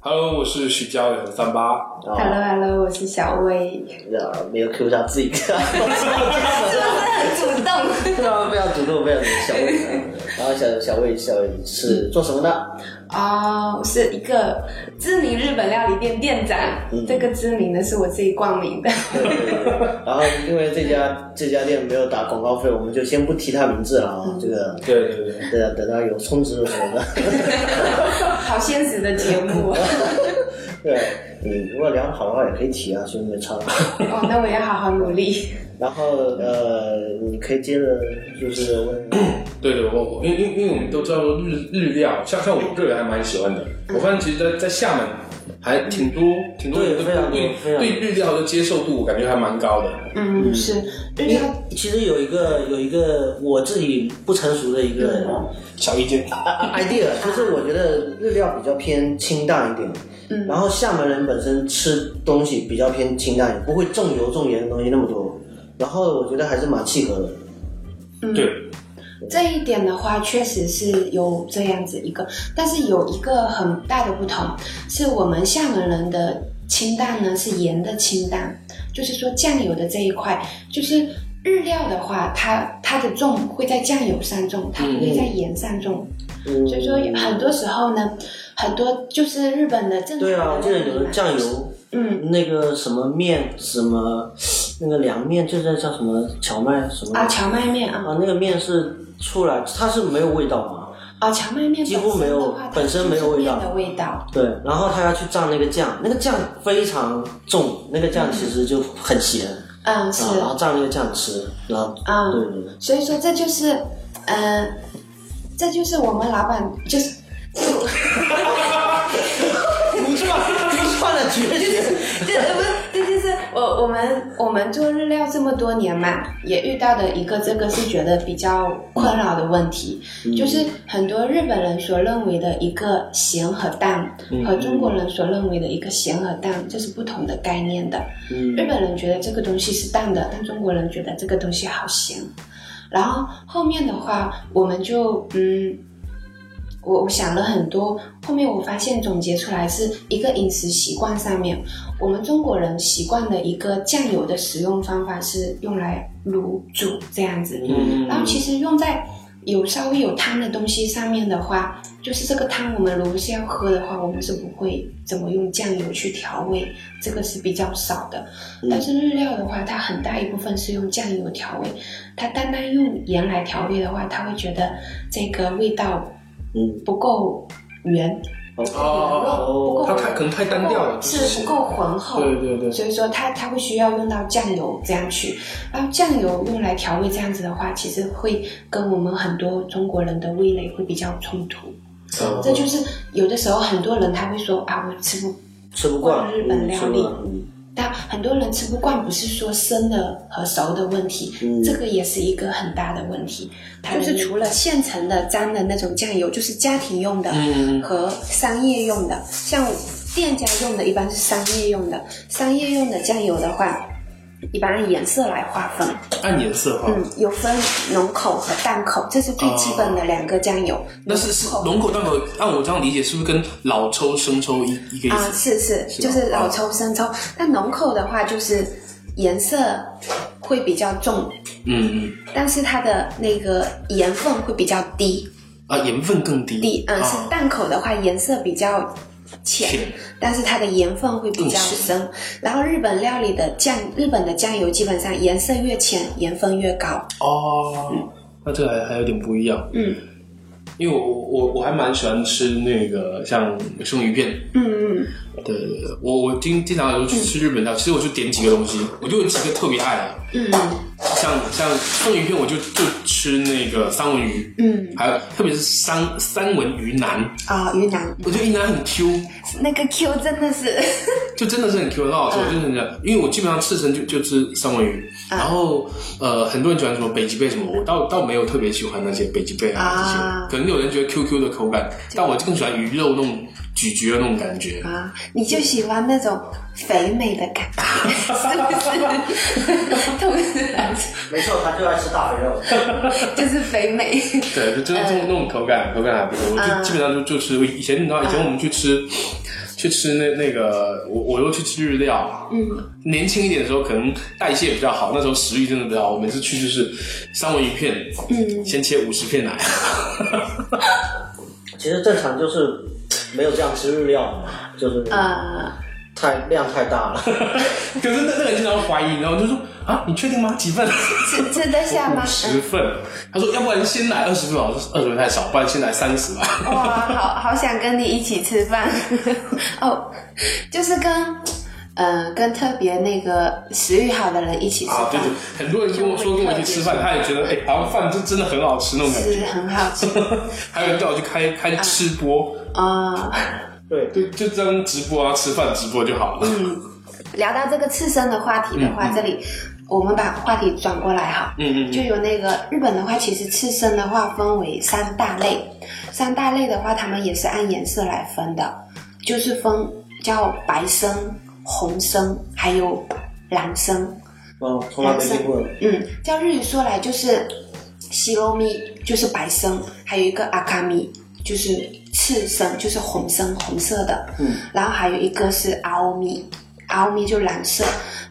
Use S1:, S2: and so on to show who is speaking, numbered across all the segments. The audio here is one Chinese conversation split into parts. S1: Hello，我是徐家伟的三八。
S2: 然后
S3: Hello Hello，我是小薇，
S2: 呃没有 Q 上自己，
S3: 是不是很主动？
S2: 非常非常主动，非常小魏。然后小小魏小魏是做什么的？
S3: 哦、我是一个知名日本料理店店长，这个知名的是我自己冠名 的。
S2: 对对对。然后因为这家这家店没有打广告费，我们就先不提他名字了啊。这个
S1: 对对对，
S2: 等等到有充值什么的。
S3: 好现实的节目啊
S2: 对，你如果聊得好的话也可以提啊，所以没差。
S3: 哦，那我也好好努力。
S2: 然后呃，你可以接着就是问，
S1: 对对，我我因为因为因为我们都知道说日日料，像像我个人还蛮喜欢的。我发现其实在，在厦门还挺多挺多人
S2: 对非常多
S1: 嗯对
S2: 非常多
S1: 对日料的接受度，我感觉还蛮高的。
S3: 嗯，是日料
S2: 其实有一个有一个我自己不成熟的一个啊
S1: 小意见，
S2: idea，就是我觉得日料比较偏清淡一点，嗯，然后厦门人本身吃东西比较偏清淡，也不会重油重盐的东西那么多，然后我觉得还是蛮契合的，
S1: 对，
S3: 这一点的话，确实是有这样子一个，但是有一个很大的不同，是我们厦门人的清淡呢是盐的清淡，就是说酱油的这一块，就是日料的话，它它的重会在酱油上重，它不会在盐上重，
S2: 嗯，
S3: 所以说很多时候呢，很多就是日本的正常
S2: 对啊，我记得
S3: 的
S2: 有的酱油，
S3: 嗯。
S2: 那个什么面什么，那个凉面就是叫什么荞麦什么
S3: 啊，荞麦面啊，
S2: 啊，那个面是出来它是没有味道嘛，
S3: 啊，荞麦面
S2: 几乎没有
S3: 本
S2: 本身没有味道
S3: 的味道，
S2: 对，然后他要去蘸那个酱，那个酱非常重，那个酱其实就很咸，
S3: 嗯，是
S2: 啊，然后蘸那个酱吃，然后
S3: 啊，
S2: 对对对，
S3: 所以说这就是，嗯、这就是我们老板就是。
S2: 你算你算了绝学，
S3: 这不是，这就是我我们我们做日料这么多年嘛，也遇到的一个这个是觉得比较困扰的问题，就是很多日本人所认为的一个咸和淡，和中国人所认为的一个咸和淡，这是不同的概念的。
S2: 嗯
S3: 日本人觉得这个东西是淡的，但中国人觉得这个东西好咸。然后后面的话，我们就嗯，我我想了很多，后面我发现总结出来是一个饮食习惯上面，我们中国人习惯的一个酱油的使用方法是用来卤煮这样子，
S2: 嗯
S3: 然后其实用在有稍微有汤的东西上面的话，就是这个汤我们如果是要喝的话，我们是不会怎么用酱油去调味，这个是比较少的。
S1: 嗯
S3: 但是日料的话，它很大一部分是用酱油调味，它单单用盐来调味的话，它会觉得这个味道
S2: 嗯，
S3: 不够圆，
S1: 哦
S3: 不够
S1: 它太可能太单调了，
S3: 是不够浑厚。
S1: 对对对，
S3: 所以说它它会需要用到酱油这样去，然后酱油用来调味这样子的话，其实会跟我们很多中国人的味蕾会比较冲突。
S1: 嗯
S3: 这就是有的时候很多人他会说啊，我吃不，
S2: 吃不惯
S3: 日本
S2: 嗯
S3: 料
S2: 吃不
S3: 理
S2: 惯嗯
S3: 但很多人吃不惯不是说生的和熟的问题，
S2: 嗯
S3: 这个也是一个很大的问题。它就是除了现成的沾的那种酱油，就是家庭用的
S1: 嗯
S3: 和商业用的，像店家用的一般是商业用的，商业用的酱油的话，一般按颜色来划分，
S1: 按颜色哈，
S3: 嗯，有分浓口和淡口，这是最基本的两个酱油。
S1: 那是是
S3: 浓
S1: 龙口
S3: 口
S1: 那口，按我这样理解，是不是跟老抽、生抽一一个意
S3: 啊，
S1: 思？
S3: 是是，哦
S1: 是吧
S3: 就是老抽、生抽。那浓口的话，就是颜色会比较重，
S1: 嗯嗯，
S3: 但是它的那个盐分会比较低。
S1: 啊，盐分更低，
S3: 低，嗯，是
S1: 啊
S3: 淡口的话，颜色比较浅，
S1: 浅
S3: 但是它的盐分会比较深。然后日本料理的酱，日本的酱油基本上颜色越浅，盐分越高。
S1: 哦，那这还还有点不一样。
S3: 嗯
S1: 因为我我我还蛮喜欢吃那个像生鱼片，
S3: 嗯嗯，
S1: 对对对，对我我经经常有时候去吃日本料，其实我就点几个东西，我就有几个特别爱的，
S3: 嗯
S1: 像像生鱼片，我就就吃那个三文鱼，
S3: 嗯，
S1: 还有特别是三三文鱼腩，
S3: 啊、云南
S1: 我觉得鱼腩很 Q，
S3: 那个 Q 真的是，
S1: 就真的是很 Q 很
S3: 嗯
S1: 好吃，我就是很喜欢，因为我基本上刺身就就吃三文鱼，
S3: 嗯
S1: 然后呃很多人喜欢什么北极贝什么，我倒倒没有特别喜欢那些北极贝啊
S3: 啊
S1: 这些，可能有人觉得 QQ 的口感，但我更喜欢鱼肉那种咀嚼的那种感觉。
S3: 啊，你就喜欢那种肥美的感觉，是不 是？同时来说
S2: 没错，他就爱吃大肥肉，
S3: 就是肥美，
S1: 对，
S3: 嗯嗯
S1: 就就是这种那种口感，口感还不错。我就基本上就就吃。以前你知道，以前我们去吃去去吃那那个，我我又去吃日料。啊
S3: 嗯，
S1: 年轻一点的时候，可能代谢比较好，那时候食欲真的比较好。我每次去就是三文鱼片，
S3: 嗯
S1: 先切五十片来，
S2: 其实正常就是没有这样吃日料的嘛，就是
S3: 啊、
S2: 太量太大了。
S1: 可是那那个人经常怀疑，你知道吗？就说啊，你确定吗？几份？
S3: 吃吃得下吗？
S1: 十份。他说，要不然先来二十份吧。我说二十份太少，不然先来三十吧。
S3: 哇，好好想跟你一起吃 饭哦，就是跟呃跟特别那个食欲好的人一起吃
S1: 啊，
S3: 饭，
S1: 对对，很多人跟我说跟我一起吃饭，他也觉得哎，台湾饭就真的很好吃那种感
S3: 是
S1: 觉。
S3: 很好吃
S1: 还有人叫我去开开吃播，
S3: 啊、
S2: 对，
S1: 就就这样直播啊，吃饭直播就好了。
S3: 嗯聊到这个刺身的话题的话，
S1: 嗯嗯
S3: 这里我们把话题转过来哈，
S1: 嗯嗯
S3: 就有那个日本的话，其实刺身的话分为三大类，三大类的话，他们也是按颜色来分的，就是分叫白参、红参，还有蓝参。
S2: 哦，从来没听过。
S3: 嗯，叫日语说来就是西罗咪，就是白参，还有一个阿卡咪，就是赤参，就是红参，红色的。
S2: 嗯，
S3: 然后还有一个是阿欧咪，阿欧咪就蓝色，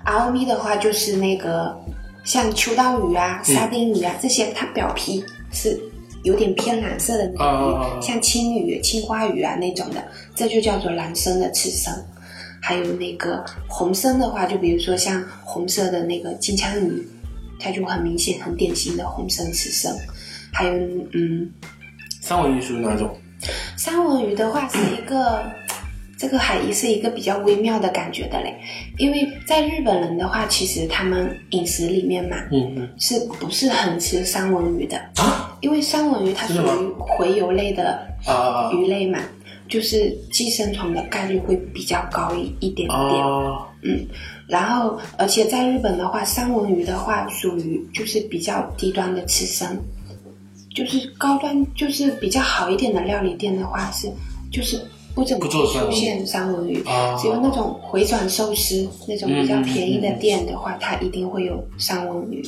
S3: 阿欧咪的话就是那个像秋刀鱼啊、
S1: 嗯
S3: 沙丁鱼啊、这些，它表皮是有点偏蓝色的那种鱼，
S1: 啊啊啊啊
S3: 像青鱼、青花鱼啊那种的，这就叫做蓝参的刺身。还有那个红参的话，就比如说像红色的那个金枪鱼，它就很明显、很典型的红参刺身。还有嗯，
S1: 三文鱼属于哪种？
S3: 三文鱼的话是一个，这个海是一个比较微妙的感觉的嘞，因为在日本人的话，其实他们饮食里面嘛，
S1: 嗯嗯
S3: 是不是很吃三文鱼的？
S1: 啊
S3: 因为三文鱼它属
S1: 真的
S3: 于
S1: 吗
S3: 洄游类的
S1: 啊啊
S3: 鱼类嘛，就是寄生虫的概率会比较高一一点点。
S1: 啊！
S3: 然后，而且在日本的话，三文鱼的话属于就是比较低端的刺身，就是高端就是比较好一点的料理店的话是就是不怎么
S1: 不做三
S3: 出
S1: 文鱼
S3: 现三文鱼，
S1: 啊
S3: 只有那种回转寿司那种比较
S1: 嗯嗯
S3: 便宜的店的话，它一定会有三文鱼。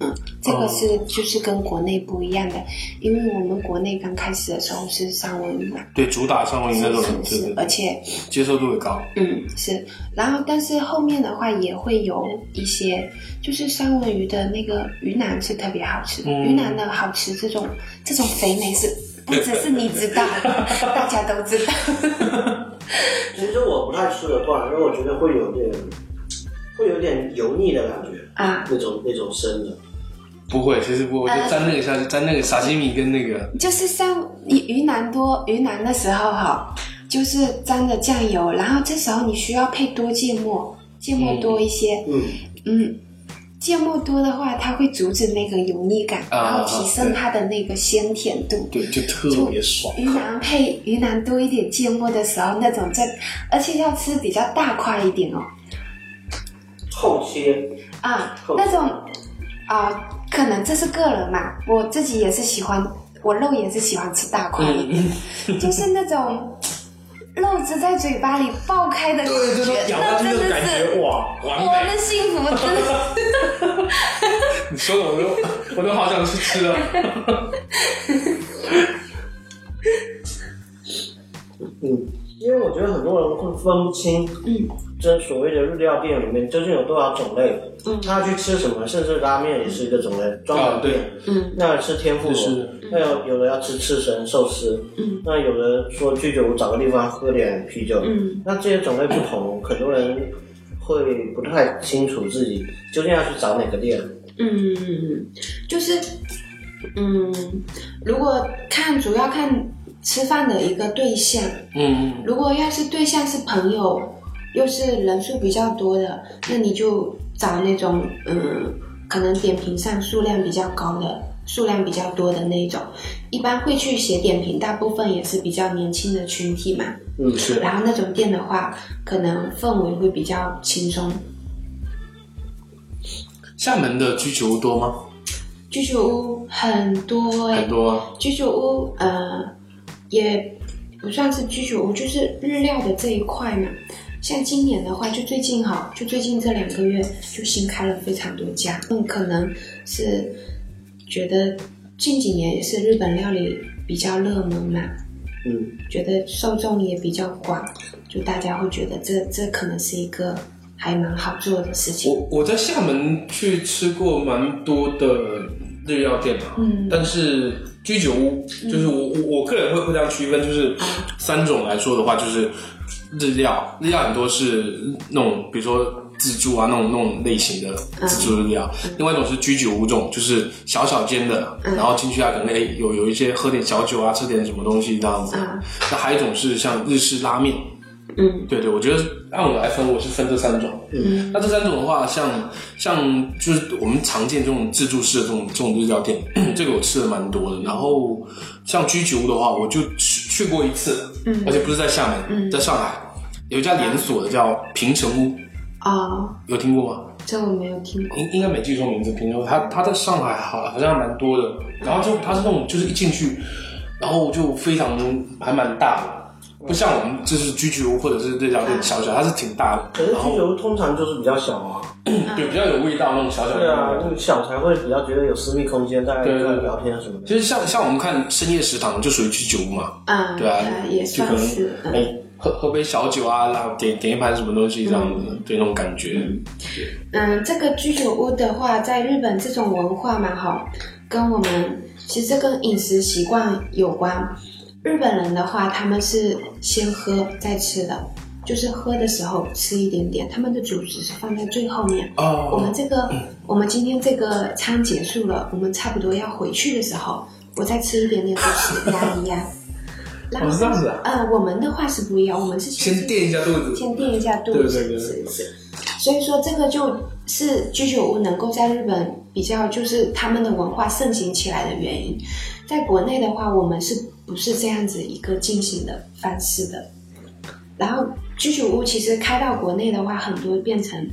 S3: 嗯，这个
S1: 哦
S3: 是就是跟国内不一样的，因为我们国内刚开始的时候是三文鱼嘛，
S1: 对，主打三文鱼那种，
S3: 是
S1: 对
S3: 是
S1: 对，
S3: 而
S1: 对
S3: 且
S1: 接受度也高。
S3: 嗯，是。然后，但是后面的话也会有一些，就是三文鱼的那个鱼腩是特别好吃的。
S1: 嗯
S3: 鱼腩的好吃，这种这种肥美是不只是你知道， 大家都知道。
S2: 其实我不太吃得惯，因为我觉得会有点，会有点油腻的感觉，
S3: 啊，
S2: 那种那种生的。
S1: 不会，其实不会，我就沾那个下去，沾那个沙西米跟那个
S3: 就是像你云南多云南的时候哈，就是沾着酱油，然后这时候你需要配多芥末，芥末多一些，
S2: 嗯，
S3: 嗯，芥末多的话，它会阻止那个油腻感，
S1: 啊
S3: 然后提升它的那个鲜甜度。
S1: 对，就特别爽。
S3: 云南配云南多一点芥末的时候，那种在，而且要吃比较大块一点哦，
S2: 后切，
S3: 啊
S2: 好，
S3: 那种啊、可能这是个人嘛，我自己也是喜欢，我肉也是喜欢吃大块一点，
S1: 嗯
S3: 就是那种肉汁在嘴巴里爆开的感
S1: 对，就是
S3: 觉，
S1: 咬下
S3: 那
S1: 去
S3: 真
S1: 那种
S3: 的
S1: 感觉，
S3: 是。
S1: 哇，完
S3: 哇，
S1: 美！
S3: 那幸福真的 是，
S1: 你说的我都我都好想去吃了。
S2: 嗯，因为我觉得很多人会分不清
S3: 嗯
S2: 这所谓的日料店里面究竟有多少种类，
S3: 嗯
S2: 他去吃什么，甚至拉面也是一个种类，专
S1: 啊
S2: 门，
S1: 对
S2: 店。，
S3: 嗯
S2: 那吃天妇罗
S1: 是，
S2: 那有有的要吃刺身、寿司，
S3: 嗯
S2: 那有的说居酒屋找个地方喝点啤酒，
S3: 嗯
S2: 那这些种类不同，很多人会不太清楚自己究竟要去找哪个店。
S3: 嗯，就是嗯，如果看主要看吃饭的一个对象，
S1: 嗯嗯，
S3: 如果要是对象是朋友，又是人数比较多的，那你就找那种嗯，可能点评上数量比较高的、数量比较多的那一种。一般会去写点评，大部分也是比较年轻的群体嘛。
S2: 嗯，
S1: 是
S3: 然后那种店的话，可能氛围会比较轻松。
S1: 厦门的居酒屋多吗？
S3: 居酒屋很多哎、
S1: 很多啊。
S3: 居酒屋呃也不算是居酒屋，就是日料的这一块嘛。像今年的话，就最近哈，就最近这两个月就新开了非常多家。嗯，可能是觉得近几年也是日本料理比较热门嘛，
S2: 嗯，
S3: 觉得受众也比较广，就大家会觉得这这可能是一个还蛮好做的事情。
S1: 我我在厦门去吃过蛮多的日料店啊，
S3: 嗯
S1: 但是居酒屋就是我我我个人会会这样区分，就是三种来说的话，就是日料，日料很多是那种比如说。自助啊，那种那种类型的
S3: 嗯
S1: 自助日料。另外一种是居酒屋这种，就是小小间的，
S3: 嗯
S1: 然后进去啊，可能哎有有一些喝点小酒啊，吃点什么东西这样子。
S3: 嗯
S1: 那还有一种是像日式拉面，
S3: 嗯
S1: 对对，我觉得按我来分，我是分这三种。
S3: 嗯
S1: 那这三种的话，像像就是我们常见这种自助式的这种这种日料店， 这个我吃的蛮多的。然后像居酒屋的话，我就去去过一次，
S3: 嗯
S1: 而且不是在厦门，
S3: 嗯
S1: 在上海有一家连锁的叫平成屋，
S3: 哦，
S1: 有听过吗？
S3: 这我没有听过。
S1: 应应该没记错名字，平成屋，它它在上海好好像蛮多的。然后就它是那种就是一进去，然后就非常还蛮大的，不像我们就是居酒屋或者是日料店小小，它是挺大的。
S2: 可是
S1: 然后
S2: 居酒屋通常就是比较小啊，
S3: 嗯
S1: 对，比较有味道那种小小的。
S2: 对啊，那个小才会比较觉得有私密空间，大家
S1: 对对
S2: 在
S1: 对
S2: 聊天什么的。
S1: 其实像像我们看深夜食堂就属于居酒屋嘛，
S3: 啊，
S1: 对啊，
S3: 也
S1: 就可
S3: 算
S1: 能
S3: 是。嗯
S1: 哎喝喝杯小酒啊，然后点点一盘什么东西这样子，对那种感觉。
S3: 嗯，这个居酒屋的话，在日本这种文化嘛，哈，跟我们其实这跟饮食习惯有关。日本人的话，他们是先喝再吃的，就是喝的时候吃一点点，他们的主食是放在最后面。我
S1: 哦
S3: 们，这个，我们今天这个餐结束了，我们差不多要回去的时候，我再吃一点点主食压一压。然
S1: 哦是这样子啊
S3: 呃，我们的话是不一样，我们是
S1: 先垫一下肚子。
S3: 先垫一下肚
S1: 对
S3: 子，
S1: 对对
S3: 是是。所以说，这个就是居酒屋能够在日本比较，就是他们的文化盛行起来的原因。在国内的话，我们是不是这样子一个进行的方式的？然后居酒屋其实开到国内的话，很多变成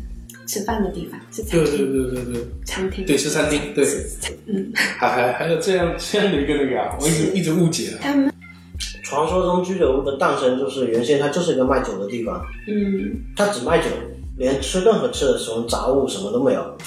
S3: 吃饭的地方，是餐
S1: 对
S3: 厅，
S1: 对对对对，
S3: 餐厅，
S1: 对是餐厅，对，
S3: 嗯，
S1: 还还还有这样这样的一个那个啊，我一直一直误解啊。
S3: 他们，
S2: 传说中居酒屋的诞生就是原先它就是一个卖酒的地方，
S3: 嗯
S2: 它只卖酒，连吃任何吃的什么杂物什么都没有。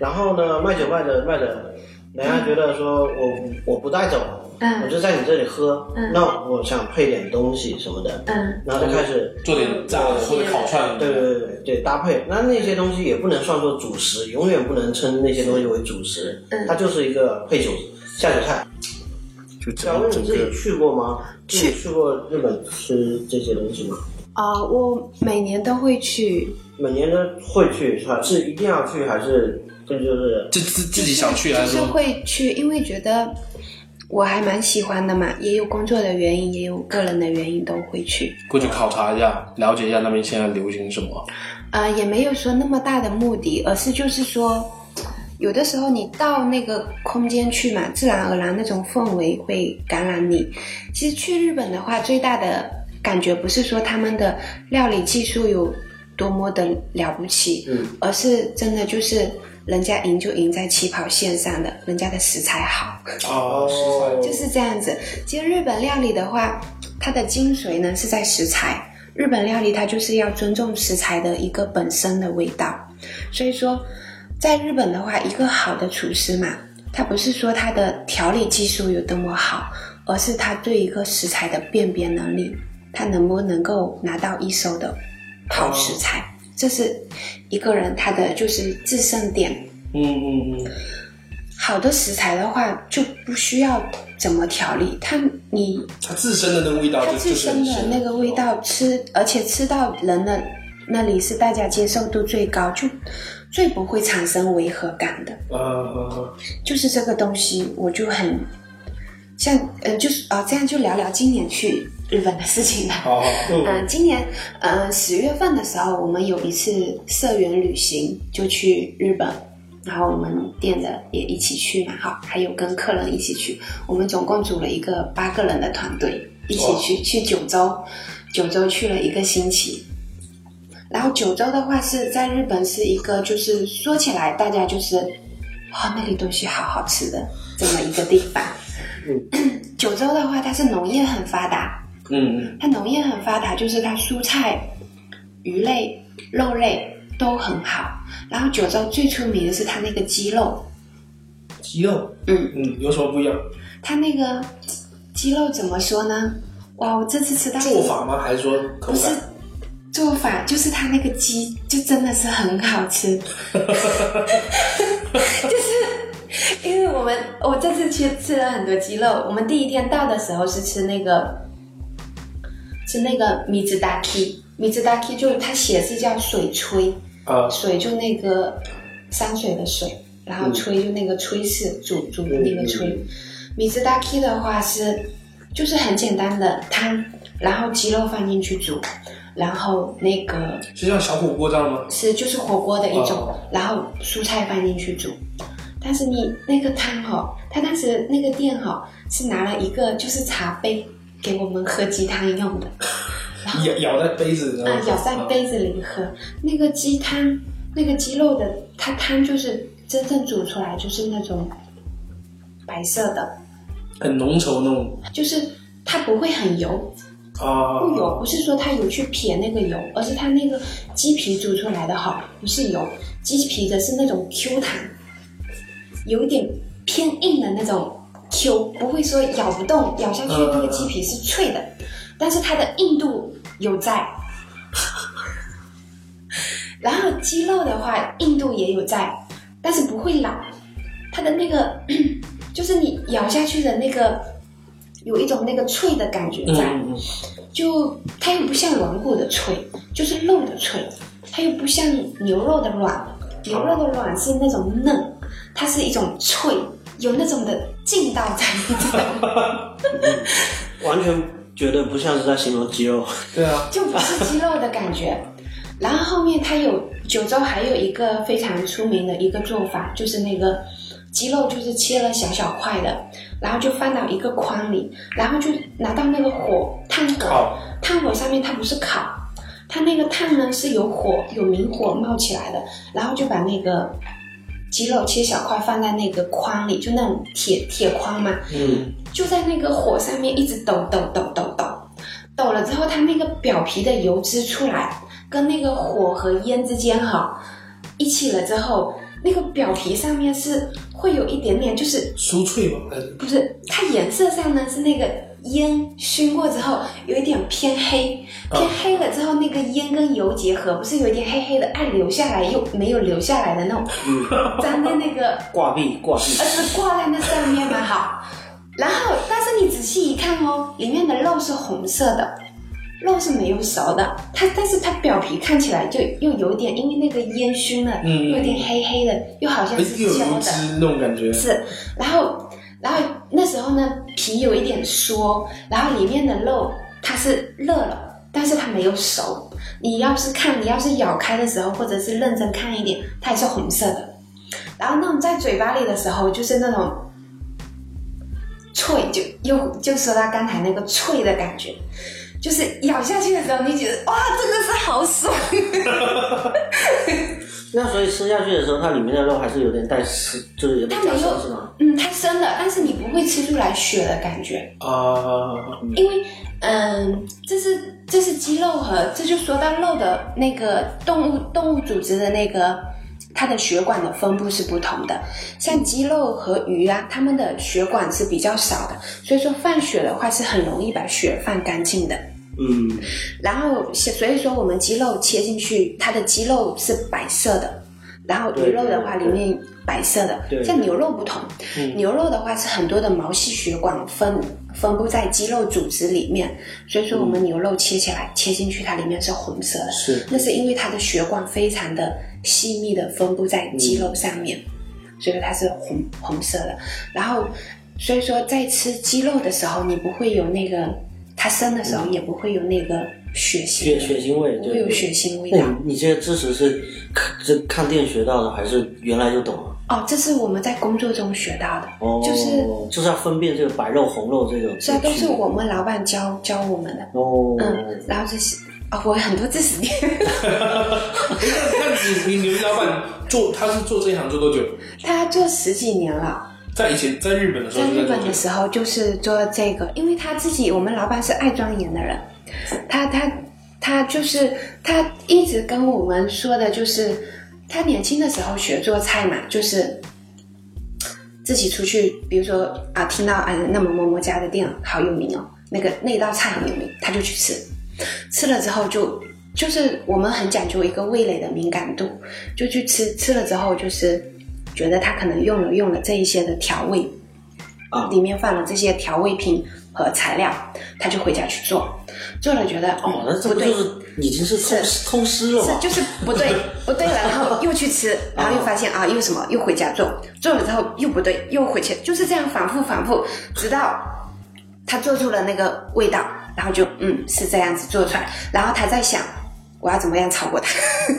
S2: 然后呢，卖酒卖着卖着，人家觉得说我我不带走，
S3: 嗯
S2: 我就在你这里喝，
S3: 嗯
S2: 那我想配点东西什么的，
S3: 嗯
S2: 然后就开始。
S1: 做点炸的或者烤串，
S2: 对对对对搭配，那那些东西也不能算作主食，永远不能称那些东西为主食，
S3: 嗯
S2: 它就是一个配酒下酒菜。
S1: 就
S2: 小薇，
S1: 整
S2: 你
S1: 整
S2: 自己
S1: 个
S2: 去过吗？
S3: 去
S2: 你去过日本吃这些东西吗？
S3: 啊、我每年都会去，
S2: 每年都会去，还是一定要去，还是这就是
S1: 自自自己想去还
S3: 就是是
S1: 说
S3: 会去，因为觉得我还蛮喜欢的嘛，也有工作的原因，也有个人的原因都会去。
S1: 过去考察一下，了解一下那边现在流行什么？
S3: 呃，也没有说那么大的目的，而是就是说，有的时候你到那个空间去嘛，自然而然那种氛围会感染你。其实去日本的话，最大的感觉不是说他们的料理技术有多么的了不起，
S2: 嗯，
S3: 而是真的就是人家赢就赢在起跑线上的，人家的食材好。
S1: 哦
S3: 就是这样子。其实日本料理的话，它的精髓呢是在食材。日本料理它就是要尊重食材的一个本身的味道，所以说，在日本的话，一个好的厨师嘛，他不是说他的调理技术有多么好，而是他对一个食材的辨别能力，他能不能够拿到一手的好食材，这是一个人他的就是制胜点。
S1: 嗯嗯嗯，
S3: 好的食材的话，就不需要怎么调理，它你
S1: 它自身的那个味道
S3: 它
S1: 哦就
S3: 自
S1: 就是哦很
S3: 身的
S1: 深
S3: 那个味道吃，而且吃到人的那里是大家接受度最高，就最不会产生违和感的。
S1: 啊啊啊！
S3: 就是这个东西，我就很像，呃，就是啊、这样就聊聊今年去日本的事情了。
S1: 好好，
S3: 嗯、今年呃十月份的时候，我们有一次社员旅行，就去日本，然后我们店的也一起去嘛，哈，还有跟客人一起去，我们总共组了一个八个人的团队，一起去去九州，九州去了一个星期。然后九州的话是在日本是一个，就是说起来大家就是，哇，那里东西好好吃的这么一个地方。九州的话，它是农业很发达，
S1: 嗯
S3: 它农业很发达，就是它蔬菜、鱼类、肉类都很好。然后九州最出名的是它那个鸡肉，
S1: 鸡肉，
S3: 嗯，
S1: 嗯，有什么不一样？
S3: 它那个嘖鸡肉怎么说呢？哇，我这次吃到
S1: 做法吗？还是说口
S3: 不是
S1: 感？
S3: 做法就是它那个鸡就真的是很好吃， 就是因为我们我这次去吃了很多鸡肉，我们第一天到的时候是吃那个吃那个米兹达 k 米兹达 k 就是它写是叫水炊，
S1: 啊，
S3: 水就那个山水的水，然后炊就那个炊事煮煮的那个炊。米兹达 k 的话是就是很简单的汤，然后鸡肉放进去煮，然后那个
S1: 是像小火锅这样吗？
S3: 是就是火锅的一种，
S1: 哦
S3: 然后蔬菜放进去煮。但是你那个汤哦，他当时那个店哦是拿了一个就是茶杯给我们喝鸡汤用的，然后
S1: 舀舀在杯子里，
S3: 啊
S1: 然后
S3: 舀在杯子里喝。那个鸡汤，那个鸡肉的它汤就是真正煮出来就是那种白色的，
S1: 很浓稠那种
S3: 就是它不会很油，
S1: 啊，
S3: 不油，不是说它有去撇那个油，而是它那个鸡皮煮出来的好，不是油，鸡皮的是那种 Q 弹，有一点偏硬的那种 Q，不会说咬不动，咬下去那个鸡皮是脆的，但是它的硬度有在。 然后鸡肉的话，硬度也有在，但是不会老，它的那个 就是你咬下去的那个有一种那个脆的感觉
S1: 嗯
S3: 在。
S1: 嗯嗯
S3: 就它又不像软骨的脆，就是肉的脆，它又不像牛肉的软，牛肉的软是那种嫩，它是一种脆，有那种的劲道在里头，
S2: 完全觉得不像是在形容鸡肉。
S1: 对啊，
S3: 就不是鸡肉的感觉。然后后面它有九州还有一个非常出名的一个做法，就是那个鸡肉就是切了小小块的，然后就放到一个筐里，然后就拿到那个火炭火，
S1: 烤
S3: 炭火上面它不是烤，它那个炭呢是有火有明火冒起来的，然后就把那个鸡肉切小块放在那个筐里，就那种铁铁筐嘛，
S1: 嗯，
S3: 就在那个火上面一直抖抖抖抖抖，抖了之后，它那个表皮的油脂出来，跟那个火和烟之间哈一起了之后，那个表皮上面是会有一点点就是
S1: 酥脆吗？还是
S3: 不是，它颜色上呢是那个烟熏过之后有一点偏黑，偏黑了之后那个烟跟油结合，不是有一点黑黑的，爱留下来又没有留下来的那种，
S1: 嗯
S3: 粘在那个
S2: 挂壁，挂壁
S3: 而是挂在那上面嘛，好。然后，但是你仔细一看哦，里面的肉是红色的，肉是没有熟的，它但是它表皮看起来就又有点，因为那个烟熏了，
S1: 嗯
S3: 又有点黑黑的，又好像
S1: 还
S3: 是
S1: 是哎有
S3: 焦
S1: 油
S3: 的
S1: 脂，那种感觉？
S3: 是，然后然后那时候呢，皮有一点缩，然后里面的肉它是热了，但是它没有熟。你要是看，你要是咬开的时候，或者是认真看一点，它也是红色的。然后那种在嘴巴里的时候，就是那种脆，就又就说到刚才那个脆的感觉，就是咬下去的时候，你觉得哇，真的是好爽。
S2: 那所以吃下去的时候，它里面的肉还是有点带丝，就是有点
S3: 它
S2: 夹
S3: 没
S2: 生是
S3: 有
S2: 吗？，
S3: 嗯，它生的，但是你不会吃出来血的感觉。
S1: 啊，
S3: 因为，嗯，这是这是鸡肉和这就说到肉的那个动物动物组织的那个它的血管的分布是不同的，像鸡肉和鱼啊，它们的血管是比较少的，所以说放血的话是很容易把血放干净的。
S2: 嗯，
S3: 然后所以说我们鸡肉切进去，它的鸡肉是白色的，然后鱼肉的话里
S2: 对对对
S3: 面白色的，
S2: 对
S3: 像牛肉不同，
S1: 嗯
S3: 牛肉的话是很多的毛细血管分分布在肌肉组织里面，所以说我
S2: 嗯
S3: 们牛肉切起来、切进去，它里面是红色的，
S1: 是
S3: 那是因为它的血管非常的细密的分布在肌
S2: 嗯
S3: 肉上面，所以它是红红色的。然后，所以说在吃鸡肉的时候，你不会有那个它生的时候也不会有那个血腥，
S2: 嗯血血腥味，
S3: 不会
S2: 对
S3: 有。血腥味
S2: 那
S3: 道。
S2: 你你这些知识是看这看店学到的，还是原来就懂了？
S3: 哦，这是我们在工作中学到的，
S2: 哦，
S3: 就是
S2: 就是要分辨这个白肉红肉这种。
S3: 这都是我们老板教教我们的。
S2: 哦，
S3: 嗯，然后这些啊、我很多知识点。
S1: 哎那那你你你们老板做他是做这一行做多久？
S3: 他做十几年了，
S1: 在以前在日本的时候
S3: 在
S1: 就
S3: 日
S1: 做
S3: 本的时候就是做这个，因为他自己，我们老板是爱钻研的人，他他他就是他一直跟我们说的就是，他年轻的时候学做菜嘛，就是自己出去，比如说啊，听到哎那么某某家的店好有名哦，那个那道菜很有名，他就去吃，吃了之后就就是我们很讲究一个味蕾的敏感度，就去吃吃了之后，就是觉得它可能用了用了这一些的调味，
S2: 啊
S3: 里面放了这些调味品和材料，他就回家去做，做了觉得
S2: 哦，那
S3: 哦
S2: 这
S3: 不
S2: 不
S3: 对
S2: 就，是已经是通通师了
S3: 是
S2: 吗？
S3: 就是不对不对了，然 后又去吃，然后又发现啊又什么又回家做，做了之后又不对又回去，就是这样反复反复，直到他做出了那个味道，然后就嗯是这样子做出来，然后他在想我要怎么样超过他，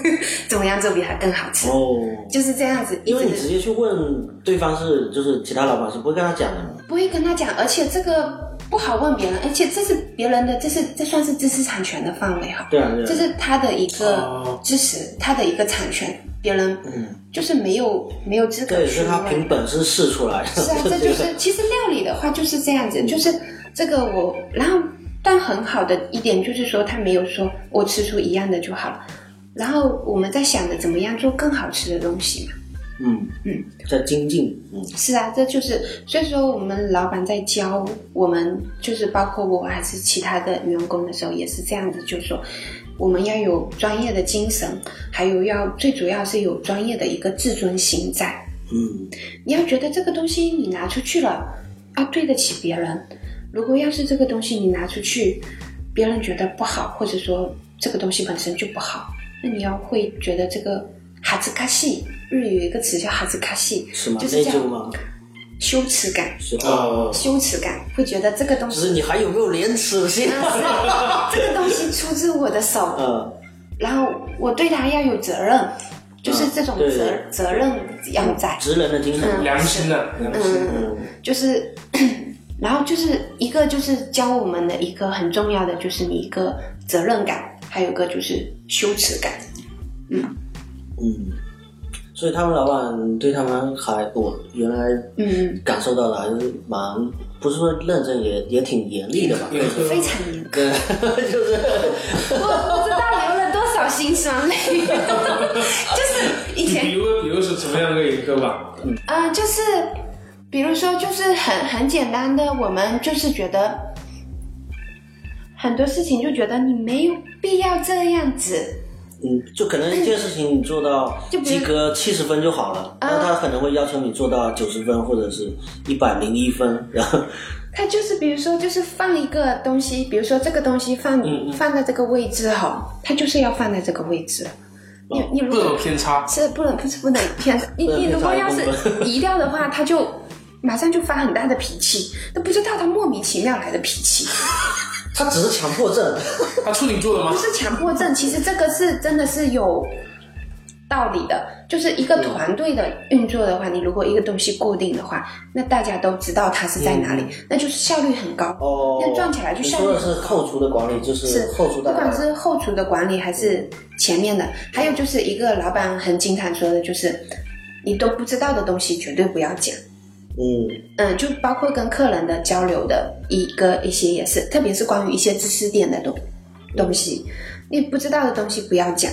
S3: 怎么样做比他更好吃，
S2: 哦，
S3: 就是这样子一
S2: 因为
S3: 直
S2: 你直接去问对方是就是其他老板是不会跟他讲的嘛。
S3: 不会跟他讲，而且这个不好问别人，而且这是别人的，这是这算是知识产权的范围哈，
S2: 对啊，对啊。
S3: 这是他的一个
S1: 哦
S3: 知识，他的一个产权，别人
S2: 嗯，
S3: 就是没有没有资格
S2: 对，
S3: 去
S2: 是他凭
S3: 问。
S2: 本事试出来的。
S3: 是啊，这就是其实料理的话就是这样子，就是这个我，然后但很好的一点就是说他没有说我吃出一样的就好了，然后我们在想着怎么样做更好吃的东西嘛。
S2: 嗯嗯，在精进，嗯
S3: 是啊，这就是所以说我们老板在教我们，就是包括我还是其他的员工的时候也是这样子，就是说我们要有专业的精神，还有要最主要是有专业的一个自尊心在。
S2: 嗯，
S3: 你要觉得这个东西你拿出去了，要对得起别人。如果要是这个东西你拿出去，别人觉得不好，或者说这个东西本身就不好，那你要会觉得这个哈兹卡西，日语有一个词叫哈兹卡西，
S2: 是吗？
S3: 就是
S2: 内
S3: 这
S2: 疚
S3: 样
S2: 吗？
S3: 羞耻感，
S2: 是啊，
S1: 呃，
S3: 羞耻感会觉得这个东
S2: 只是
S3: 西，
S2: 你还有没有廉耻 心？
S3: 啊是这个东西出自我 的手，
S2: 呃，
S3: 然后我对它要有责任，就是这种
S2: 嗯对嗯
S3: 责、责任要在。嗯
S2: 职人的精神，
S1: 良心的，良心的，
S2: 嗯
S3: 就是， 然后就是一个就是教我们的一个很重要的就是你一个责任感，还有一个就是羞耻感。
S2: 嗯。所以他们老板对他们还我原来
S3: 嗯，
S2: 感受到的还是蛮不是说认真也也挺严厉的吧？
S1: 对
S3: 非常严格。
S2: 嗯对， 就是
S3: 我不知道流了多少辛酸泪， 就是以
S1: 你
S3: 前
S1: 比如比如是什么样的一个吧？
S3: 嗯，就是比如说，就是很很简单的，我们就是觉得很多事情就觉得你没有必要这样子。
S2: 嗯，就可能一件事情你做到
S3: 就比
S2: 及
S3: 如
S2: 格七十分就好了，
S3: 啊
S2: 那他可能会要求你做到九十分或者是一百零一分，然后
S3: 它就是比如说，就是放一个东西，比如说这个东西放、放在这个位置哈，它就是要放在这个位置。你你如
S1: 不能有
S3: 果
S1: 偏差，
S3: 是不能不是不能偏，你你如果要是移掉的话，它就马上就发很大的脾气，都不知道它莫名其妙来的脾气。
S2: 他只是强迫症，
S1: 他处女座的吗
S3: 不？是强迫症，其实这个是真的是有道理的。就是一个团队的运作的话，你如果一个东西固定的话，那大家都知道它是在哪里，那就是效率很高。
S2: 哦，
S3: 那转起来就
S2: 你
S3: 像
S2: 说的是后厨的管理，就是是后厨
S3: 不
S2: 大
S3: 管
S2: 概
S3: 是后厨的管理还是前面的，还有就是一个老板很经常说的就是，你都不知道的东西绝对不要讲。
S2: 嗯
S3: 嗯，就包括跟客人的交流的一个一些也是，特别是关于一些知识点的东东西，你不知道的东西不要讲，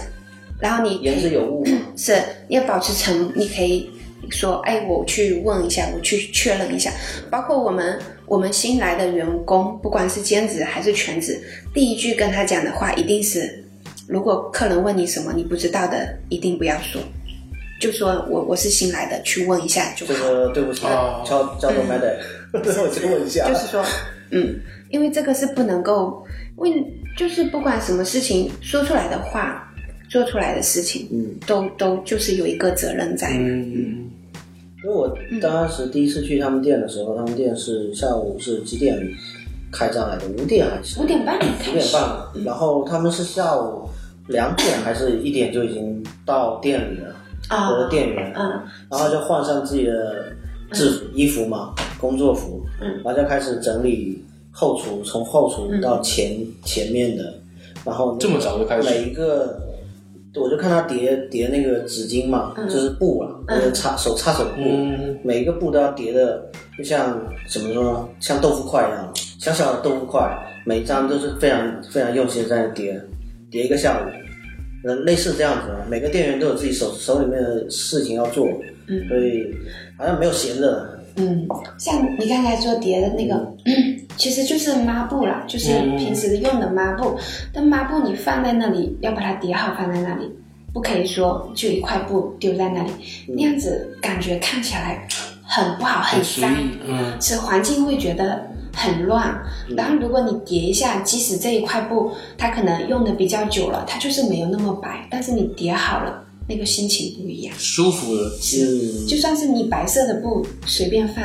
S3: 然后你可以
S2: 言之有物嘛，
S3: 是你要保持沉，你可以说，哎，我去问一下，我去确认一下。包括我们我们新来的员工，不管是兼职还是全职，第一句跟他讲的话一定是，如果客人问你什么你不知道的，一定不要说，就说我我是新来的，去问一下就好
S2: 这。个对不起，
S1: 哦
S2: 敲敲头麦的， 我先问一下，
S3: 就是说，嗯，因为这个是不能够，因为就是不管什么事情说出来的话，做出来的事情，
S2: 嗯，
S3: 都都就是有一个责任在。
S1: 嗯，
S2: 因为我
S3: 嗯
S2: 当时第一次去他们店的时候，他们店是下午是几点开张来着？五点还是
S3: 五点嗯半
S2: 五
S3: 开
S2: 点
S3: 始，
S2: 半，然后他们是下午两点还是一点就已经到店里了，
S3: 啊
S2: 我的店员，
S3: 嗯，
S2: 然后就换上自己的制服、衣服嘛，工作服，
S3: 嗯
S2: 然后就开始整理后厨，从后厨到前、前面的，然后
S1: 这么早就开始
S2: 每一个。我就看他叠叠那个纸巾嘛，
S4: 嗯
S2: 就是布啊，就是擦手擦手布，
S1: 嗯
S2: 每一个布都要叠的，就像怎么说呢，像豆腐块一样，小小的豆腐块，每一张都是非常非常用心地在那叠，叠一个下午，呃，类似这样子啊，每个店员都有自己手手里面的事情要做，
S3: 嗯
S2: 所以好像没有闲着，啊
S4: 嗯，像你刚才说叠的那个， 其实就是抹布啦，就是
S1: 嗯
S4: 平时用的抹布。但抹布你放在那里，要把它叠好放在那里，不可以说就一块布丢在那里，
S2: 嗯
S4: 那样子感觉看起来很不好，很
S1: 随
S4: 脏，
S1: 意，嗯，
S4: 是环境会觉得很乱。
S2: 嗯
S4: 然后如果你叠一下，即使这一块布它可能用的比较久了，它就是没有那么白，但是你叠好了，那个心情不一样。
S1: 舒服的，
S2: 嗯，
S4: 就算是你白色的布随便放，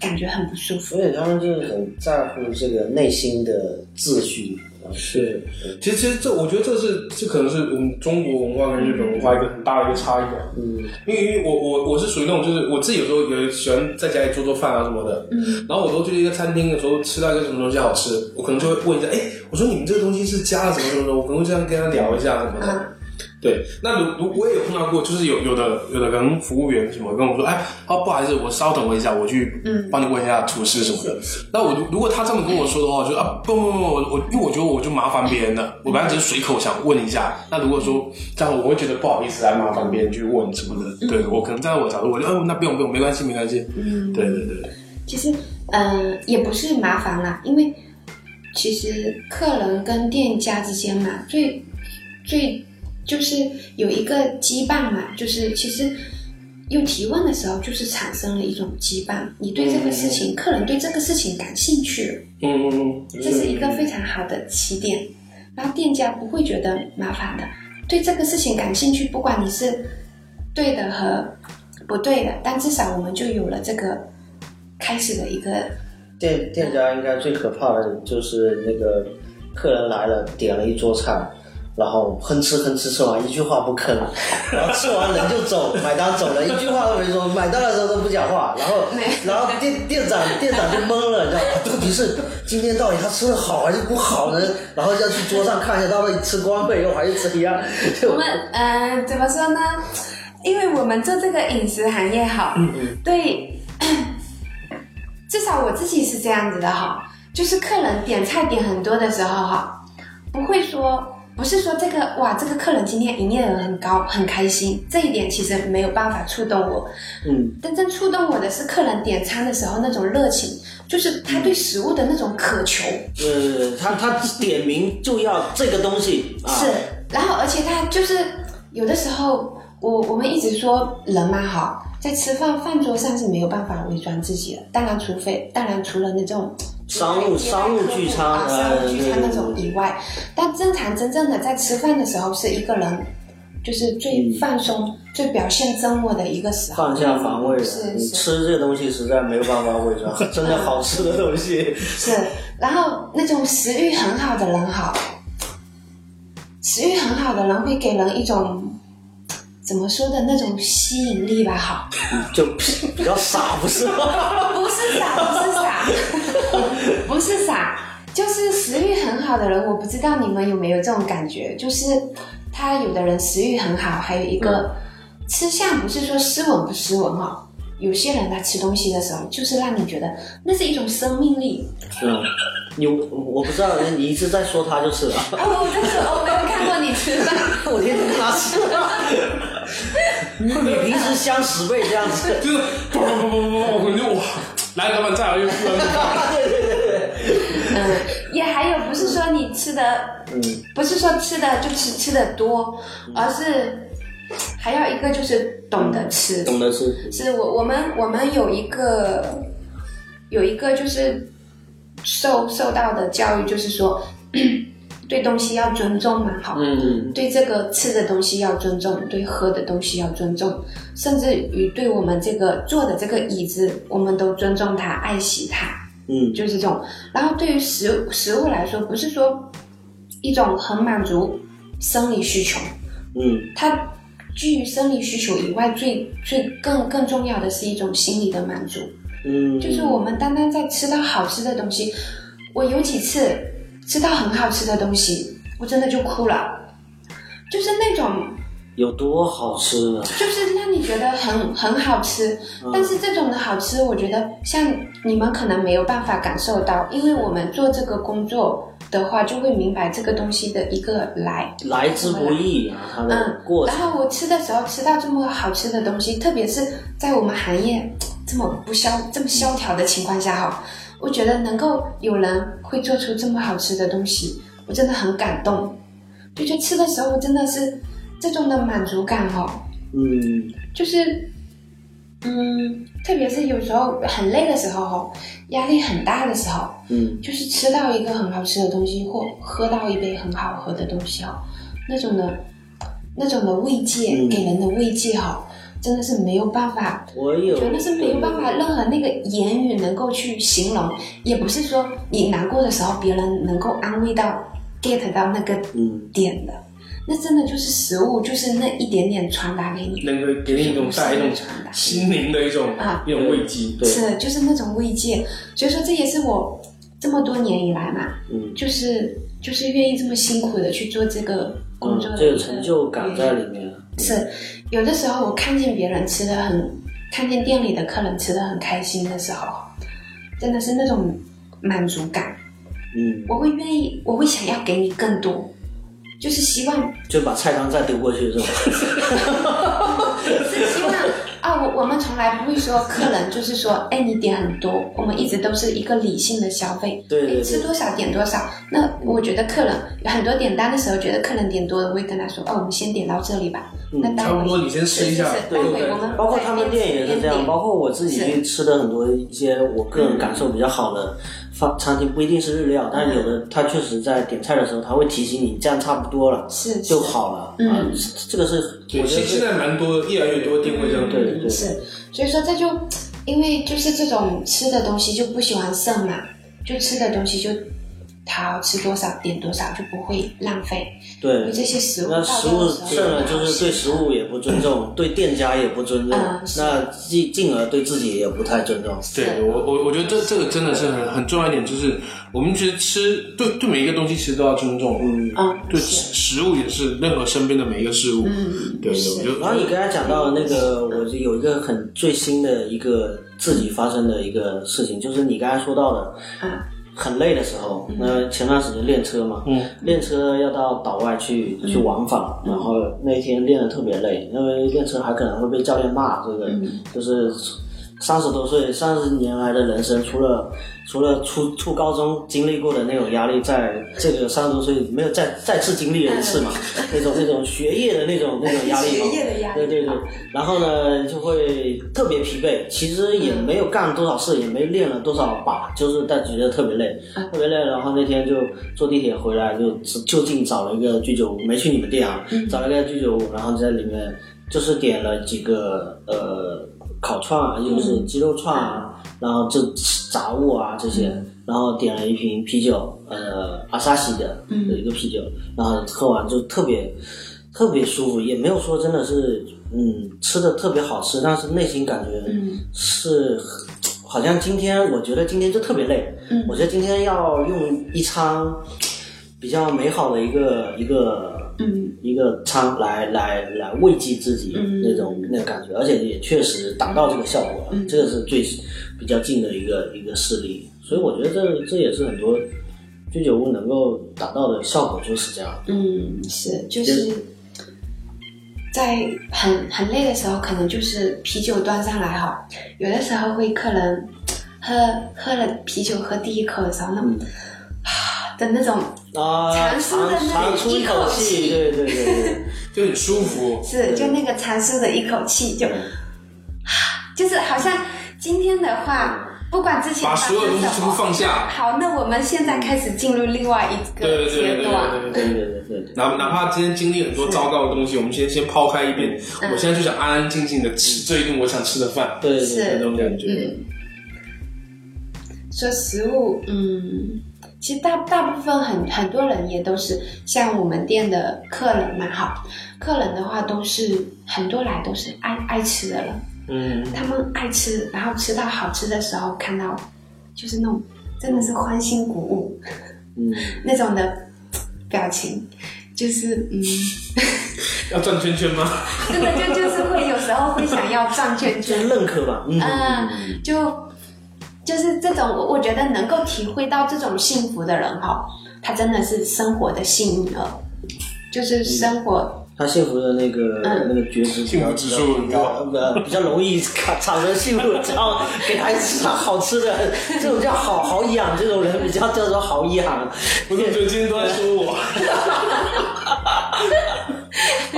S4: 感觉很不舒服。
S2: 所以他们就是很在乎这个内心的秩序。啊
S1: 是，其实其实这我觉得这是这可能是我们中国文化跟日本文化一个很大的一个差异啊。
S2: 嗯，
S1: 因为因为我我我是属于那种就是我自己有时候也喜欢在家里做做饭啊什么的，
S4: 嗯，
S1: 然后我都去一个餐厅的时候吃到一个什么东西好吃，我可能就会问一下，哎，我说你们这个东西是加了什么什么的，我可能会这样跟他聊一下什么的。
S4: 啊
S1: 对，那如如我也有碰到过，就是有有的有的可能服务员什么跟我说，哎，哦不好意思，我稍等我一下，我去
S4: 嗯
S1: 帮你问一下厨师什么的。那我如如果他这么跟我说的话，我就啊不不不，我我因为我觉得我就麻烦别人了，我本来只是随口想问一下。那如果
S4: 嗯
S1: 说这样，我会觉得不好意思来麻烦别人去问什么的。对我可能站在我角度，我就哦那不用不用，没关系没关系。
S4: 嗯，
S1: 对对对，
S4: 其实，嗯、也不是麻烦啦，因为其实客人跟店家之间嘛，最最就是有一个羁绊嘛，就是其实用提问的时候，就是产生了一种羁绊。你对这个事情，客人对这个事情感兴趣了，
S1: 嗯嗯嗯，
S4: 这是一个非常好的起点。然后店家不会觉得麻烦的，对这个事情感兴趣，不管你是对的和不对的，但至少我们就有了这个开始的一个
S2: 店店家应该最可怕的就是那个客人来了，点了一桌菜，然后哼哧哼哧吃完，一句话不吭，然后吃完人就走，买单走了，一句话都没说，买单的时候都不讲话，然后然后店店长店长就懵了，你知道吗？到底是今天到底他吃的好还是不好呢？然后要去桌上看一下，到底吃光没有还是怎样？就
S3: 我们嗯、呃怎么说呢？因为我们做这个饮食行业哈，对，嗯至少我自己是这样子的哈，就是客人点菜点很多的时候哈，不会说。不是说这个哇，这个客人今天营业额很高，很开心，这一点其实没有办法触动我。
S2: 嗯，
S3: 真正触动我的是客人点餐的时候那种热情，就是他对食物的那种渴求。
S2: 呃，他他点名就要这个东西，啊、
S3: 是，然后而且他就是有的时候，我我们一直说人嘛哈，在吃饭饭桌上是没有办法伪装自己的，当然除非当然除了那种
S2: 商务商务聚餐
S3: 啊，商务聚餐
S2: 呃
S3: 那种以外，但正常真正的在吃饭的时候是一个人。就是最放松、最表现真我的一个时候，
S2: 放下防卫了
S3: 是。
S2: 你
S3: 是
S2: 吃这东西实在没有办法伪装， 真的好吃的东西，
S3: 是，然后那种食欲很好的人哈，食欲很好的人会给人一种怎么说的那种吸引力吧？哈，
S2: 就比较傻，不是 吗？
S3: 不是傻，不是傻，不是傻， 就是食欲很好的人，我不知道你们有没有这种感觉，就是他有的人食欲很好，还有一个吃相不是说斯文不斯文哈、有些人他吃东西的时候，就是让你觉得那是一种生命力，
S2: 嗯，你我不知道，你一直在说他 就是了。
S3: 啊，我真是我没有看过你吃饭，
S2: 我天天跟他吃，你你平时香十倍这样子，
S1: 就是不不不不不，我感觉哇，来老板再来一个，
S3: 嗯，也还有不是说你吃的，
S2: 嗯，
S3: 不是说吃的就吃吃的多，而是还要一个就是懂得吃，
S2: 懂得吃，
S3: 是我我们我们有一个有一个就是受受到的教育就是说对东西要尊重嘛，好，
S2: 嗯，
S3: 对这个吃的东西要尊重，对喝的东西要尊重，甚至于对我们这个坐的这个椅子，我们都尊重它，爱惜它。
S2: 嗯
S3: 就是这种。然后对于食物食物来说，不是说一种很满足生理需求，
S2: 嗯
S3: 它基于生理需求以外，最最更更重要的是一种心理的满足。
S2: 嗯，
S3: 就是我们单单在吃到好吃的东西，我有几次吃到很好吃的东西，我真的就哭了。就是那种，
S2: 有多好吃啊！
S3: 就是让你觉得很很好吃，但是这种的好吃，我觉得像你们可能没有办法感受到，因为我们做这个工作的话，就会明白这个东西的一个来。
S2: 来之不易啊，它的
S3: 嗯
S2: 过
S3: 然
S2: 程，
S3: 后我吃的时候吃到这么好吃的东西，特别是在我们行业这么不萧这么萧条的情况下哈，我觉得能够有人会做出这么好吃的东西，我真的很感动。就觉得吃的时候真的是这种的满足感哦，
S2: 嗯，
S3: 就是，嗯，特别是有时候很累的时候哦，压力很大的时候，
S2: 嗯，
S3: 就是吃到一个很好吃的东西，或喝到一杯很好喝的东西哦，那种的，那种的慰藉，
S2: 嗯
S3: 给人的慰藉哦，真的是没有办法，
S2: 我有，
S1: 哦
S3: 觉得是没有办法任何那个言语能够去形容，也不是说你难过的时候别人能够安慰到 get 到那个
S2: 嗯
S3: 点的，那真的就是食物，就是那一点点传达给你，
S1: 能够给你一种带来一种
S3: 传达
S1: 心灵的一种
S3: 啊
S1: 一种慰藉。
S2: 对
S3: 是就是那种慰藉，所以说这也是我这么多年以来嘛，
S2: 嗯，
S3: 就是就是愿意这么辛苦的去做这个工作
S2: 嗯
S3: 的、
S2: 这有成就感在里面。
S3: 是有的时候我看见别人吃的很，看见店里的客人吃的很开心的时候，真的是那种满足感，
S2: 嗯，
S3: 我会愿意，我会想要给你更多，就是希望
S2: 就把菜单再丢过去是吧？
S3: 是希望啊，我我们从来不会说客人就是说，哎，你点很多，我们一直都是一个理性的消费，
S2: 对对
S3: 哎吃
S2: 对，
S3: 多少点多少。那我觉得客人很多点单的时候，觉得客人点多了，我会跟他说，哦，我们先点到这里吧。
S2: 嗯
S3: 那待
S1: 差
S3: 会
S1: 不多，
S3: 儿
S1: 你先试一下
S3: 是是，是
S1: 对不
S3: 待会
S1: 对
S3: 我？们
S2: 包括他们店也是这样，包括我自己去吃的很多一些我个
S3: 嗯
S2: 人感受比较好的饭餐厅，不一定是日料，但是有
S3: 嗯
S2: 的他确实在点菜的时候，他会提醒你这样差不多了
S3: 是
S2: 就，好了。
S3: 嗯
S2: 啊，这这个是
S1: 对，
S2: 我觉
S1: 现
S2: 得
S1: 现
S2: 是
S1: 在蛮多，越来越多定位这样。
S2: 对对
S3: 是是，所以说这就因为就是这种吃的东西就不喜欢剩嘛，就吃的东西就。好吃多少点多少就不会浪费，因为
S2: 对。
S3: 这些食物
S2: 那
S3: 到
S2: 食
S3: 料
S2: 物
S3: 的时候
S2: 剩了，就是对食物也不尊重，对店家也不尊重
S3: 嗯，是
S2: 那进进而对自己也不太尊重。
S1: 对我我我觉得这这个真的是很很重要一点，就是我们觉得吃对对每一个东西其实都要尊重，嗯，
S3: 嗯，
S1: 对
S3: 是
S1: 食食物也是任何身边的每一个事物，
S3: 嗯
S1: 对对，
S3: 是
S1: 我觉得
S2: 然后你刚才讲到那个，我就有一个很最新的一个自己发生的一个事情，就是你刚才说到的，
S3: 啊，
S2: 很累的时候，那前段时间练车嘛，
S1: 嗯，
S2: 练车要到岛外去去往返，然后那天练得特别累，因为练车还可能会被教练骂，这个就是三十多岁三十年来的人生，除了除了初初高中经历过的那种压力，在这个三十多岁没有再再次经历了一次嘛，那种那种学业的那种那种压力嘛，
S3: 学业的压力
S2: 对对对，然后呢就会特别疲惫，其实也没有干多少事，也没练了多少把，就是但觉得特别累，
S3: 嗯
S2: 特别累。然后那天就坐地铁回来，就就近找了一个居酒屋，没去你们店啊，
S3: 嗯
S2: 找了一个居酒屋，然后在里面就是点了几个呃烤串啊，就是鸡肉串啊，
S3: 嗯
S2: 然后这杂物啊这些，然后点了一瓶啤酒，呃阿萨西的
S3: 嗯
S2: 的一个啤酒，然后喝完就特别。特别舒服，也没有说真的是，嗯，吃的特别好吃，但是内心感觉
S3: 嗯
S2: 是，好像今天我觉得今天就特别累，
S3: 嗯
S2: 我觉得今天要用一餐比较美好的一个一个
S3: 嗯
S2: 一个餐来来来慰藉自己
S3: 嗯
S2: 那种、那个感觉，而且也确实达到这个效果了，
S3: 嗯
S2: 这个是最比较近的一个一个事例，所以我觉得这这也是很多居酒屋能够达到的效果就是这样。
S3: 嗯，是，就
S2: 就是
S3: 在很很累的时候，可能就是啤酒端上来哈，有的时候会客人呃喝喝了啤酒喝第一口的时候，那种、啊的那种
S2: 啊，
S3: 长舒的那
S2: 长出
S3: 一
S2: 一口
S3: 口气
S2: 气，对对对对，
S1: 就很舒服，
S3: 是就那个长舒的一口气，就
S2: 对
S5: 就是好像今天的话，不管之前
S1: 把
S5: 发
S1: 所有
S5: 生
S1: 东西
S5: 什
S1: 全部
S5: 么，
S1: 放下，
S5: 好，那我们现在开始进入另外一
S1: 对
S5: 个
S1: 对对
S5: 阶
S1: 对
S5: 段。
S1: 对对
S2: 对
S1: 对。
S2: 对对对对。
S1: 哪哪怕今天经历很多糟糕的东西，我们先先抛开一边，
S2: 嗯
S1: 我现在就想安安静静的吃这一顿我想吃的饭，
S2: 对对
S1: 那
S3: 是
S2: 对，
S1: 种感觉。
S3: 嗯，说食物，嗯，其实大大部分很很多人也都是像我们店的客人嘛，哈，客人的话都是很多来都是爱爱吃的人，
S1: 嗯，
S3: 他们爱吃，然后吃到好吃的时候，看到就是那种真的是欢欣鼓舞
S2: 嗯，
S3: 那种的表情，就是嗯，
S1: 要转圈圈 吗？
S5: 真的就就是会有时候会想要转圈
S2: 就
S5: 圈，
S2: 是认可吧，嗯，
S5: 嗯，就
S3: 就是这种，我我觉得能够体会到这种幸福的人哈、他真的是生活的幸运儿，就是生活
S2: 他幸福的那个、那个觉知比较，
S1: 幸福指数很高
S2: 呃，比较容易产生幸福。然后给他吃好吃的，这种叫好好养，这种人比较叫做好养。
S1: 我怎么觉得今天都在说我？
S2: 嗯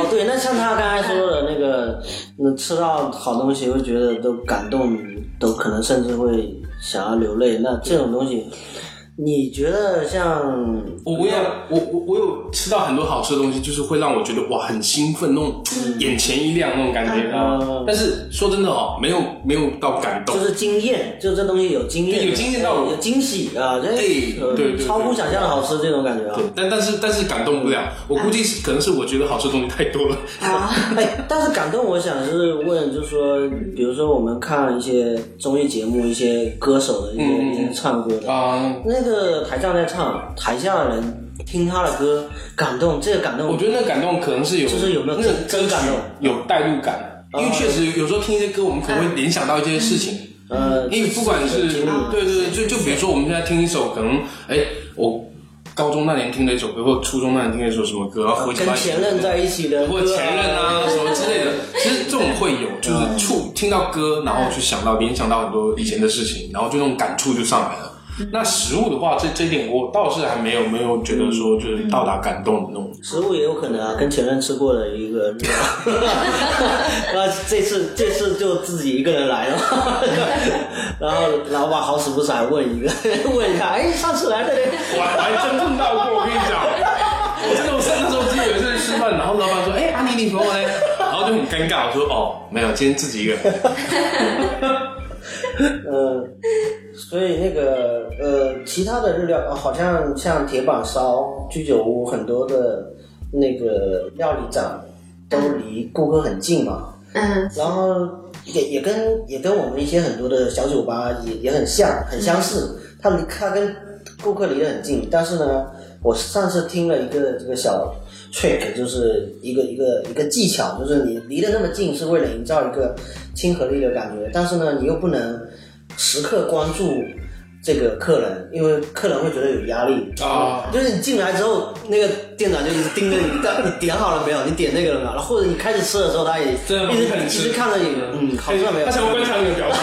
S2: 哦，对，那像他刚才说的那个，嗯，吃到好东西会觉得都感动，都可能甚至会想要流泪。那这种东西，你觉得像
S1: 我我有我我我有吃到很多好吃的东西，就是会让我觉得哇很兴奋，那种眼前一亮那种感觉，
S2: 嗯
S1: 但是说真的哦，没有没有到感动
S2: 就。是惊艳，就这东西有惊艳，
S1: 有惊艳到我
S2: 有惊喜啊，这
S1: 对
S2: 呃
S1: 对对对
S2: 超乎想象的好吃这种感觉啊。
S1: 但但是但是感动不了，我估计是可能是我觉得好吃的东西太多了。
S5: 啊，
S2: 哎，但是感动，我想是问，就是说，比如说我们看一些综艺节目，一些歌手的一些、
S1: 嗯嗯嗯
S2: 一些唱歌的，
S1: 啊，
S2: 那个台上在唱，台下的人听他的歌感动，这个感动，
S1: 我觉得那感动可能是有，
S2: 就是有那种
S1: 那
S2: 真
S1: 歌曲
S2: 感动啊
S1: 有代入感，因为确实有时候听一些歌，我们可能会联想到一些事情。
S2: 呃，
S1: 因为不管是
S2: 经历
S1: 对对
S2: 嗯
S1: 对，就就比如说我们现在听一首可能，哎，我高中那年听的一首歌，或初中那年听的一首什么歌，回去
S2: 跟前任在一起的歌
S1: 或
S2: 啊
S1: 前任啊什么之 类的，其实这种会有，就是触听到歌，然后去想到联想到很多以前的事情，然后就那种感触就上来了。
S2: 嗯
S1: 那食物的话，这这一点我倒是还没有没有觉得说就是到达感动的那种。
S2: 食物也有可能啊，跟前任吃过的一个日料， 那这次这次就自己一个人来了， 然后老板好死不死还问一个， 问一下，哎，上次来的人，
S1: 我还我还真碰到过，我跟你讲，我真的我上那时候记得有一次吃饭，然后老板说：“哎，阿妮，你朋友呢？”然后就很尴尬，我说：“哦，没有，今天自己一个人。”
S2: 呃，所以那个呃，其他的日料呃好像像铁板烧、居酒屋很多的那个料理长都离顾客很近嘛，
S5: 嗯，
S2: 然后也也跟也跟我们一些很多的小酒吧也也很像，很相似。它离它跟顾客离得很近，但是呢，我上次听了一个这个小 trick，就是一个一个一个技巧，就是你离得那么近是为了营造一个亲和力的感觉，但是呢，你又不能时刻关注。这个客人，因为客人会觉得有压力
S1: 啊
S2: 就是你进来之后，那个店长就一直盯着你，但你点好了没有？你点那个了没有？或者你开始吃的时候，他也
S1: 真的
S2: 一直
S1: 很
S2: 一直看着你，嗯，好吃了没有
S1: 他？想要观察你的表情。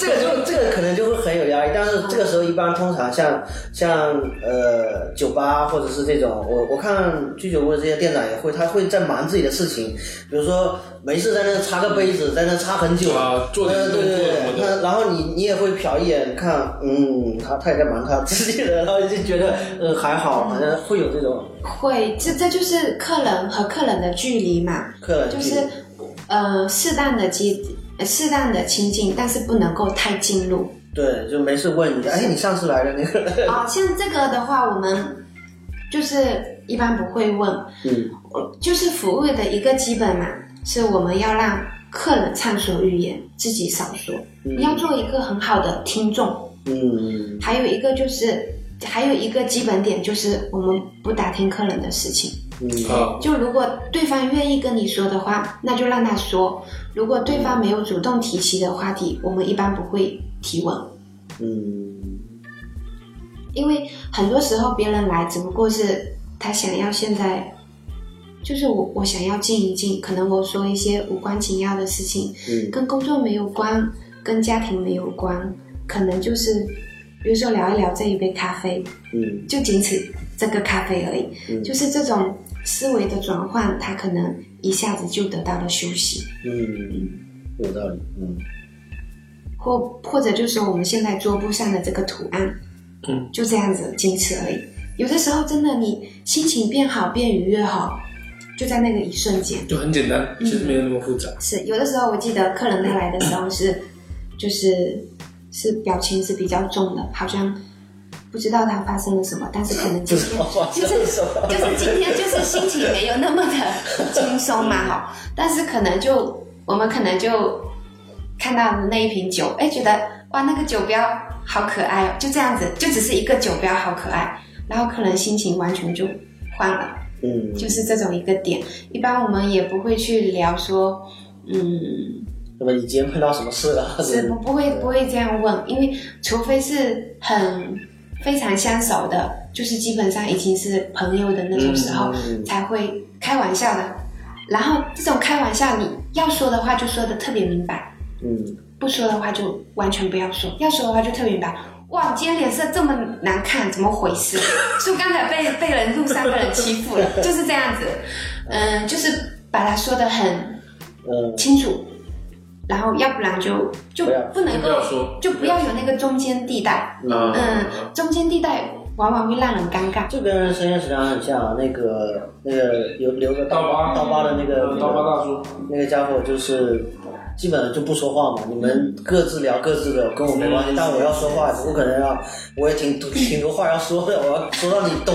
S2: 这个就这个可能就会很有压力，但是这个时候一般通常像像呃酒吧或者是这种，我我看居酒屋的这些店长也会，他会在忙自己的事情，比如说没事在那擦个杯子，在那擦很久
S1: 啊做点
S2: 呃对对
S1: 动作什么
S2: 对
S1: 的，
S2: 那然后你你也会瞟一眼看，嗯，他他也在忙他自己的，然后就觉得呃还好，好像会有这种
S3: 会，这这就是客人和客人的距离嘛，
S2: 客人
S3: 就
S2: 去
S3: 是呃适当的接呃适当的亲近，但是不能够太进入。
S2: 对，就没事问你，哎，你上次来的那个，
S3: 啊、像这个的话，我们就是一般不会问，
S2: 嗯
S3: 我就是服务的一个基本嘛，是我们要让客人畅所欲言，自己少说，
S2: 嗯
S3: 要做一个很好的听众。
S2: 嗯
S3: 还有一个就是，还有一个基本点就是，我们不打听客人的事情。
S2: 嗯
S1: 啊，
S3: 就如果对方愿意跟你说的话，那就让他说；如果对方没有主动提起的话题，我们一般不会提问。
S2: 嗯，
S3: 因为很多时候别人来只不过是他想要现在，就是我我想要静一静，可能我说一些无关紧要的事情，
S2: 嗯
S3: 跟工作没有关，跟家庭没有关，可能就是比如说聊一聊这一杯咖啡，
S2: 嗯
S3: 就仅此这个咖啡而已，
S2: 嗯
S3: 就是这种思维的转换，他可能一下子就得到了休息。
S2: 嗯，有道理，嗯。
S3: 或或者就是我们现在桌布上的这个图案，
S1: 嗯，
S3: 就这样子，仅此而已。有的时候真的你心情变好变愉悦哈，就在那个一瞬间。
S1: 就很简单，其实没有那么复杂。
S3: 是有的时候我记得客人他来的时候是，就是是表情是比较重的，好像不知道他发生了什么，但是可能今天
S2: 就
S3: 就是就是今天就是心情没有那么的轻松嘛哈，但是可能就我们可能就看到那一瓶酒，哎，觉得哇那个酒标好可爱哦，就这样子，就只是一个酒标好可爱，然后可能心情完全就换了，
S2: 嗯
S3: 就是这种一个点。一般我们也不会去聊说，嗯，
S2: 那么你今天碰到什么事了？
S3: 是不不会不会这样问，因为除非是很非常相熟的，就是基本上已经是朋友的那种时候，
S2: 嗯嗯嗯
S3: 才会开玩笑的然后这种开玩笑，你要说的话就说的特别明白，
S2: 嗯，
S3: 不说的话就完全不要说，要说的话就特别明白。哇，你今天脸色这么难看，怎么回事？说刚才被被人路上被人欺负了，就是这样子。嗯，就是把它说的很
S2: 嗯，
S3: 清楚，然后要不然就就
S2: 不要
S3: 不能
S1: 就不
S3: 够
S1: 要说
S3: 就不要有那个中间地带。
S1: 嗯
S3: 嗯，中间地带往往会让人尴尬。
S2: 这跟深夜食堂很像啊，那个那个留留个刀
S1: 刀疤
S2: 疤刀疤的那个
S1: 嗯
S2: 那
S1: 刀疤
S2: 个
S1: 大叔，
S2: 那个家伙就是基本上就不说话嘛，你们各自聊各自的，跟我没关系。但我要说话，我可能要，我也 挺挺多话要说的，我要说到你懂，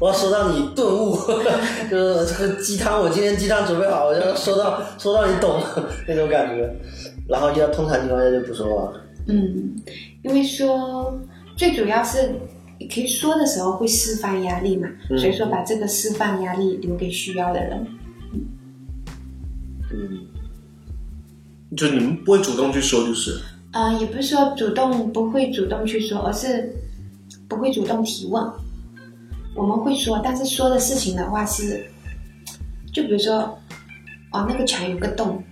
S2: 我要说到你顿悟， 就是这个鸡汤，我今天鸡汤准备好，我要说到说到你懂 那种感觉。然后要通常情况下就不说话，
S3: 嗯，因为说最主要是你可以说的时候会释放压力嘛，
S1: 嗯
S3: 所以说把这个释放压力留给需要的人。
S2: 嗯，
S1: 就你们不会主动去说，就是
S3: 呃，也不是说主动不会主动去说，而是不会主动提问。我们会说，但是说的事情的话是，就比如说，哦，那个墙有个洞，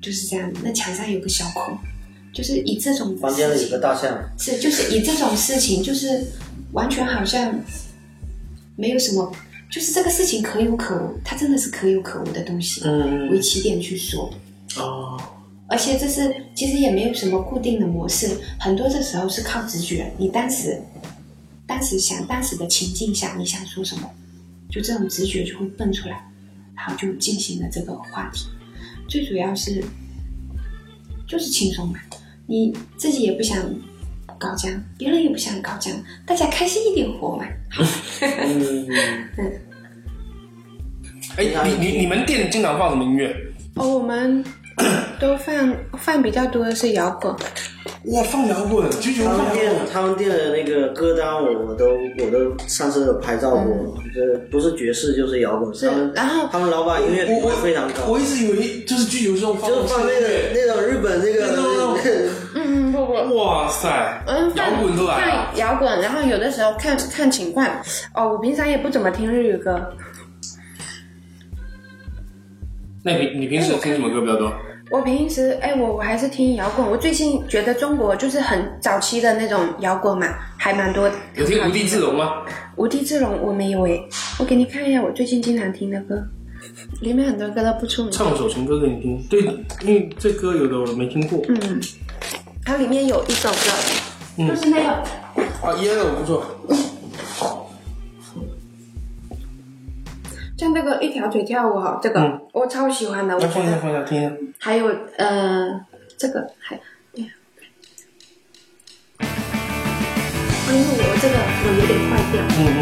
S3: 就是这样，那墙上有个小孔，就是以这种
S2: 房间
S3: 事
S2: 里有
S3: 情
S2: 个大象，
S3: 是，就是以这种事情，就是完全好像没有什么，就是这个事情可有可无，它真的是可有可无的东西，
S2: 嗯
S3: 为起点去说，
S1: 哦，
S3: 而且这是其实也没有什么固定的模式，很多的时候是靠直觉，你当时当时想当时的情境下你想说什么，就这种直觉就会蹦出来，然后就进行了这个话题，最主要是就是轻松嘛，你自己也不想搞僵，别人也不想搞僵，大家开心一点活嘛。
S2: 嗯，
S1: 哎，你你你们店经常放什么音乐？
S6: 哦，我们都放放比较多的是摇滚，
S1: 哇，放摇滚，居酒屋
S2: 他
S1: 放
S2: 们
S1: 摇
S2: 店
S1: 滚，
S2: 他们店的那个歌单我我都我都上次有拍照过，这不是爵士就是摇滚，他们
S6: 然后
S2: 他们老板音乐品味非常高，
S1: 我一直以为就是居酒屋是用放
S2: 就是放那个那种日本那
S1: 对对
S2: 个，
S6: 嗯嗯不不，
S1: 哇塞，
S6: 嗯，放
S1: 摇滚都来了，
S6: 放摇滚，然后有的时候看看情况。哦，我平常也不怎么听日语歌，
S1: 那你你平时听什么歌比较多？
S6: 我平时哎，我我还是听摇滚。我最近觉得中国就是很早期的那种摇滚嘛，还蛮多。
S1: 有听无地自容吗？
S6: 无地自容，我没有哎。我给你看一下我最近经常听的歌，里面很多歌都不出名。
S1: 唱首情歌给你听。对，因为这歌有的我没听过。
S6: 嗯，它里面有一首歌，
S5: 就是那个
S1: 啊，Yellow 不错。
S6: 像这个一条腿跳舞哈，这个、
S1: 嗯
S6: 我超喜欢的。我
S1: 来
S6: 觉
S1: 放一下，
S6: 得
S1: 放一下，听一下。
S6: 还有呃，这个还，哎呀哎呦，我这个我有点坏掉。
S1: 嗯嗯。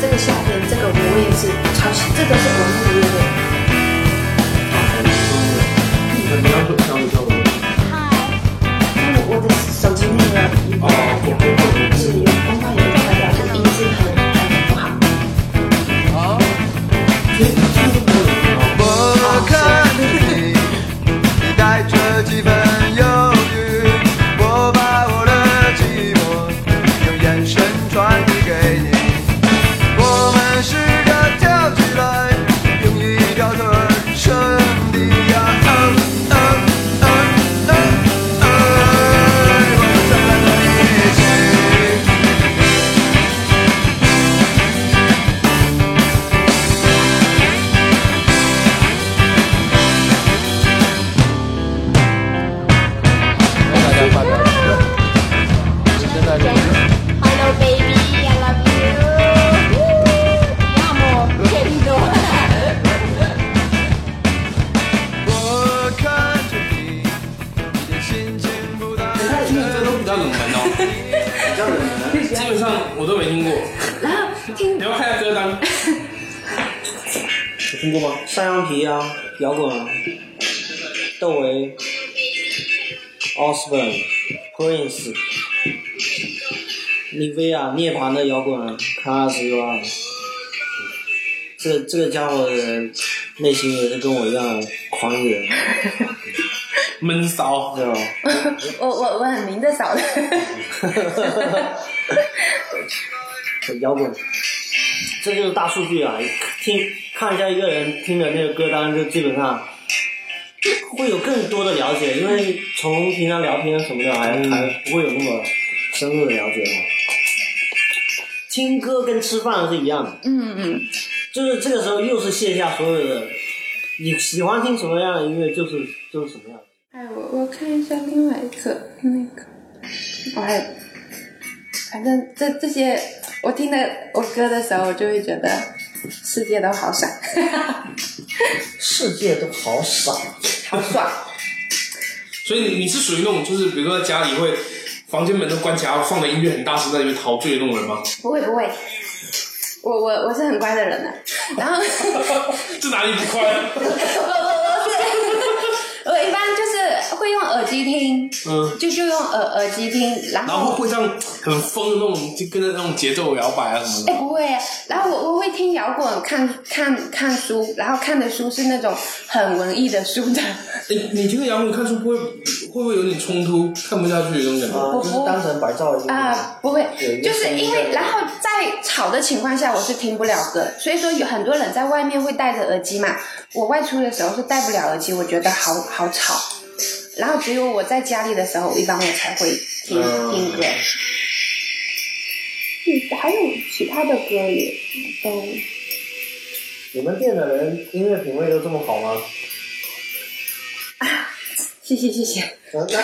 S6: 这个夏天，这个我也是超喜，这都是国内的乐队。
S1: 你要说想跳舞？
S3: 嗯
S6: 我我的手机那个荧幕坏掉，就是有光环有点坏掉，就是音质很很不好。
S7: 我看你，你带着几分忧郁，我把我的寂寞用眼神传递给你。我们试着跳起来，用一条腿撑地呀，嗯嗯嗯嗯嗯，我们再来一起。
S8: Hello baby, I love you. Ti amo, querido.
S7: 我 看着你，你的心情不大
S1: 他听的歌都比较冷门哦，
S2: 比较冷门，
S1: 基本上我都没听过。
S5: 然后 听
S1: 你要看一下歌单。有听过吗？
S2: 山羊皮啊，摇滚啊，窦唯，Osborne、Prince、妮薇啊，涅槃的摇滚啊，卡斯啊，这这个家伙的内心也是跟我一样狂野，
S1: 闷骚。
S2: 知道吧？
S6: 我我我很明着 扫的。
S2: 摇滚，这就是大数据啊！听看一下一个人听的那个歌单，就基本上会有更多的了解，因为从平常聊天什么的还还不会有那么深入的了解嘛。听歌跟吃饭是一样的，
S9: 嗯嗯，
S2: 就是这个时候又是卸下所有的，你喜欢听什么样的音乐就是就是什么样的。
S6: 哎，我我看一下另外一个那个，我还反正这这些我听的我歌的时候，我就会觉得世界都好 闪，
S2: 世界都好 傻，
S6: 好爽。
S1: 所以你是属于那种，就是比如说在家里会房间门都关起来，放的音乐很大声，在里面陶醉的那种人吗？
S6: 不会不会，我我我是很乖的人呢、啊然后
S1: 这哪里不快？啊
S6: 我我我是 我一般就是会用耳机听，
S1: 嗯，
S6: 就就用耳耳机听，然
S1: 然后
S6: 后。
S1: 会像很疯的那种，就跟着那种节奏摇摆啊什么
S6: 哎、
S1: 的。
S6: 不会啊，然后我我会听摇滚，看看看书，然后看的书是那种很文艺的书的。
S1: 哎，你听着摇滚看书不会会不会有点冲突，看不下去那种感觉？
S2: 啊，就是当成白噪音
S6: 啊，不会
S2: 有一，个
S6: 就是
S2: 声音
S6: 因
S2: 在
S6: 为然后在吵的情况下，我是听不了歌，所以说有很多人在外面会戴着耳机嘛。我外出的时候是戴不了耳机，我觉得好好吵。然后只有我在家里的时候，一般我才会听、
S1: 嗯
S6: 听歌。嗯，还有其他的歌也都
S2: 你们店的人音乐品味都这么好吗？
S6: 谢谢谢谢。
S2: 嗯那